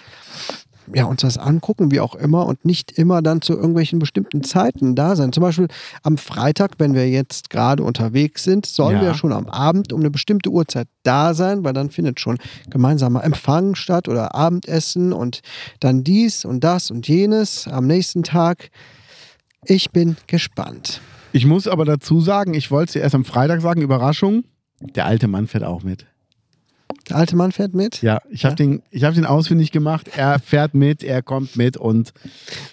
ja, uns was angucken, wie auch immer, und nicht immer dann zu irgendwelchen bestimmten Zeiten da sein. Zum Beispiel am Freitag, wenn wir jetzt gerade unterwegs sind, sollen
Ja.
wir schon am Abend um eine bestimmte Uhrzeit da sein, weil dann findet schon gemeinsamer Empfang statt oder Abendessen und dann dies und das und jenes am nächsten Tag. Ich bin gespannt.
Ich muss aber dazu sagen, ich wollte es dir erst am Freitag sagen, Überraschung, der alte Mann fährt auch mit.
Der alte Mann fährt mit.
Ja, ich habe den, ich hab den ausfindig gemacht. Er fährt mit, er kommt mit und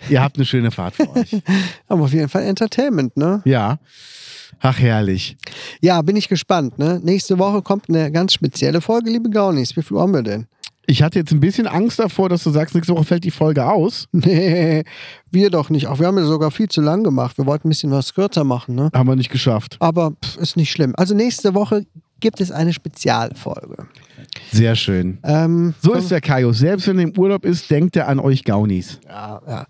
ihr habt eine schöne Fahrt für euch.
Aber auf jeden Fall Entertainment, ne?
Ja. Ach, herrlich.
Ja, bin ich gespannt, ne? Nächste Woche kommt eine ganz spezielle Folge, liebe Gaunis. Wie viel Uhr haben wir denn?
Ich hatte jetzt ein bisschen Angst davor, dass du sagst, nächste Woche fällt die Folge aus.
Nee, wir doch nicht. Auch wir haben ja sogar viel zu lang gemacht. Wir wollten ein bisschen was kürzer machen, ne?
Haben wir nicht geschafft.
Aber pff, ist nicht schlimm. Also nächste Woche gibt es eine Spezialfolge.
Sehr schön.
Ähm,
So ist der Kaio. Selbst wenn er im Urlaub ist, denkt er an euch Gaunis.
ja, ja.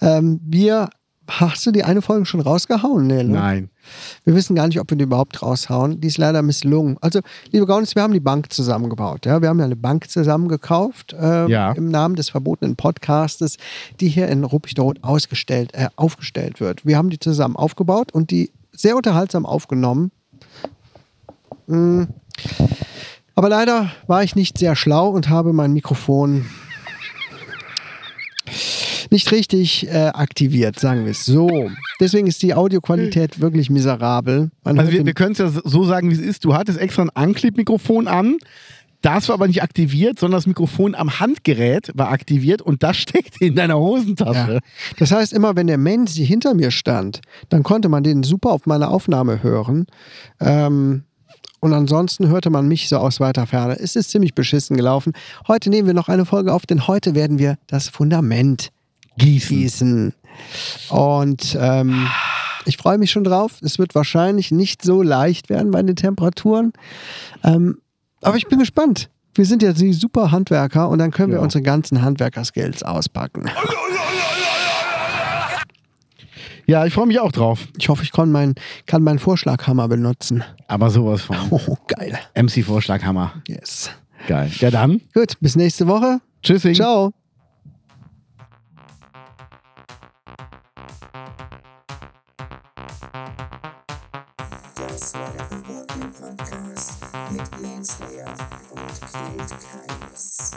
Ähm, wir, hast du die eine Folge schon rausgehauen? Nee, ne?
Nein.
Wir wissen gar nicht, ob wir die überhaupt raushauen. Die ist leider misslungen. Also, liebe Gaunis, wir haben die Bank zusammengebaut. Ja? Wir haben ja eine Bank zusammengekauft ähm,
Ja.
im Namen des verbotenen Podcastes, die hier in Ruppichdorot ausgestellt, äh, aufgestellt wird. Wir haben die zusammen aufgebaut und die sehr unterhaltsam aufgenommen. Mm. Aber leider war ich nicht sehr schlau und habe mein Mikrofon nicht richtig äh, aktiviert, sagen wir es so. Deswegen ist die Audioqualität wirklich miserabel. Man
Hm. Also
hört
wir,
den-
wir können es ja so sagen, wie es ist. Du hattest extra ein Anklipp-Mikrofon an. Das war aber nicht aktiviert, sondern das Mikrofon am Handgerät war aktiviert und das steckt in deiner Hosentasche.
Ja. ne? Das heißt, immer wenn der Mensch hinter mir stand, dann konnte man den super auf meiner Aufnahme hören. Ähm, und ansonsten hörte man mich so aus weiter Ferne. Es ist ziemlich beschissen gelaufen. Heute nehmen wir noch eine Folge auf, denn heute werden wir das Fundament
Gießen.
gießen. Und ähm, ich freue mich schon drauf. Es wird wahrscheinlich nicht so leicht werden bei den Temperaturen. Ähm, aber ich bin gespannt. Wir sind ja die super Handwerker und dann können wir
Ja.
unsere ganzen Handwerkerskills auspacken.
Ja, ich freue mich auch drauf.
Ich hoffe, ich kann meinen kann meinen Vorschlaghammer benutzen.
Aber sowas von.
Oh, geil.
MC-Vorschlaghammer.
Yes.
Geil. Ja, dann.
Gut, bis nächste Woche.
Tschüssing.
Ciao.
Das war der Verbotene Podcast mit Jan
ganz leer und quält keines.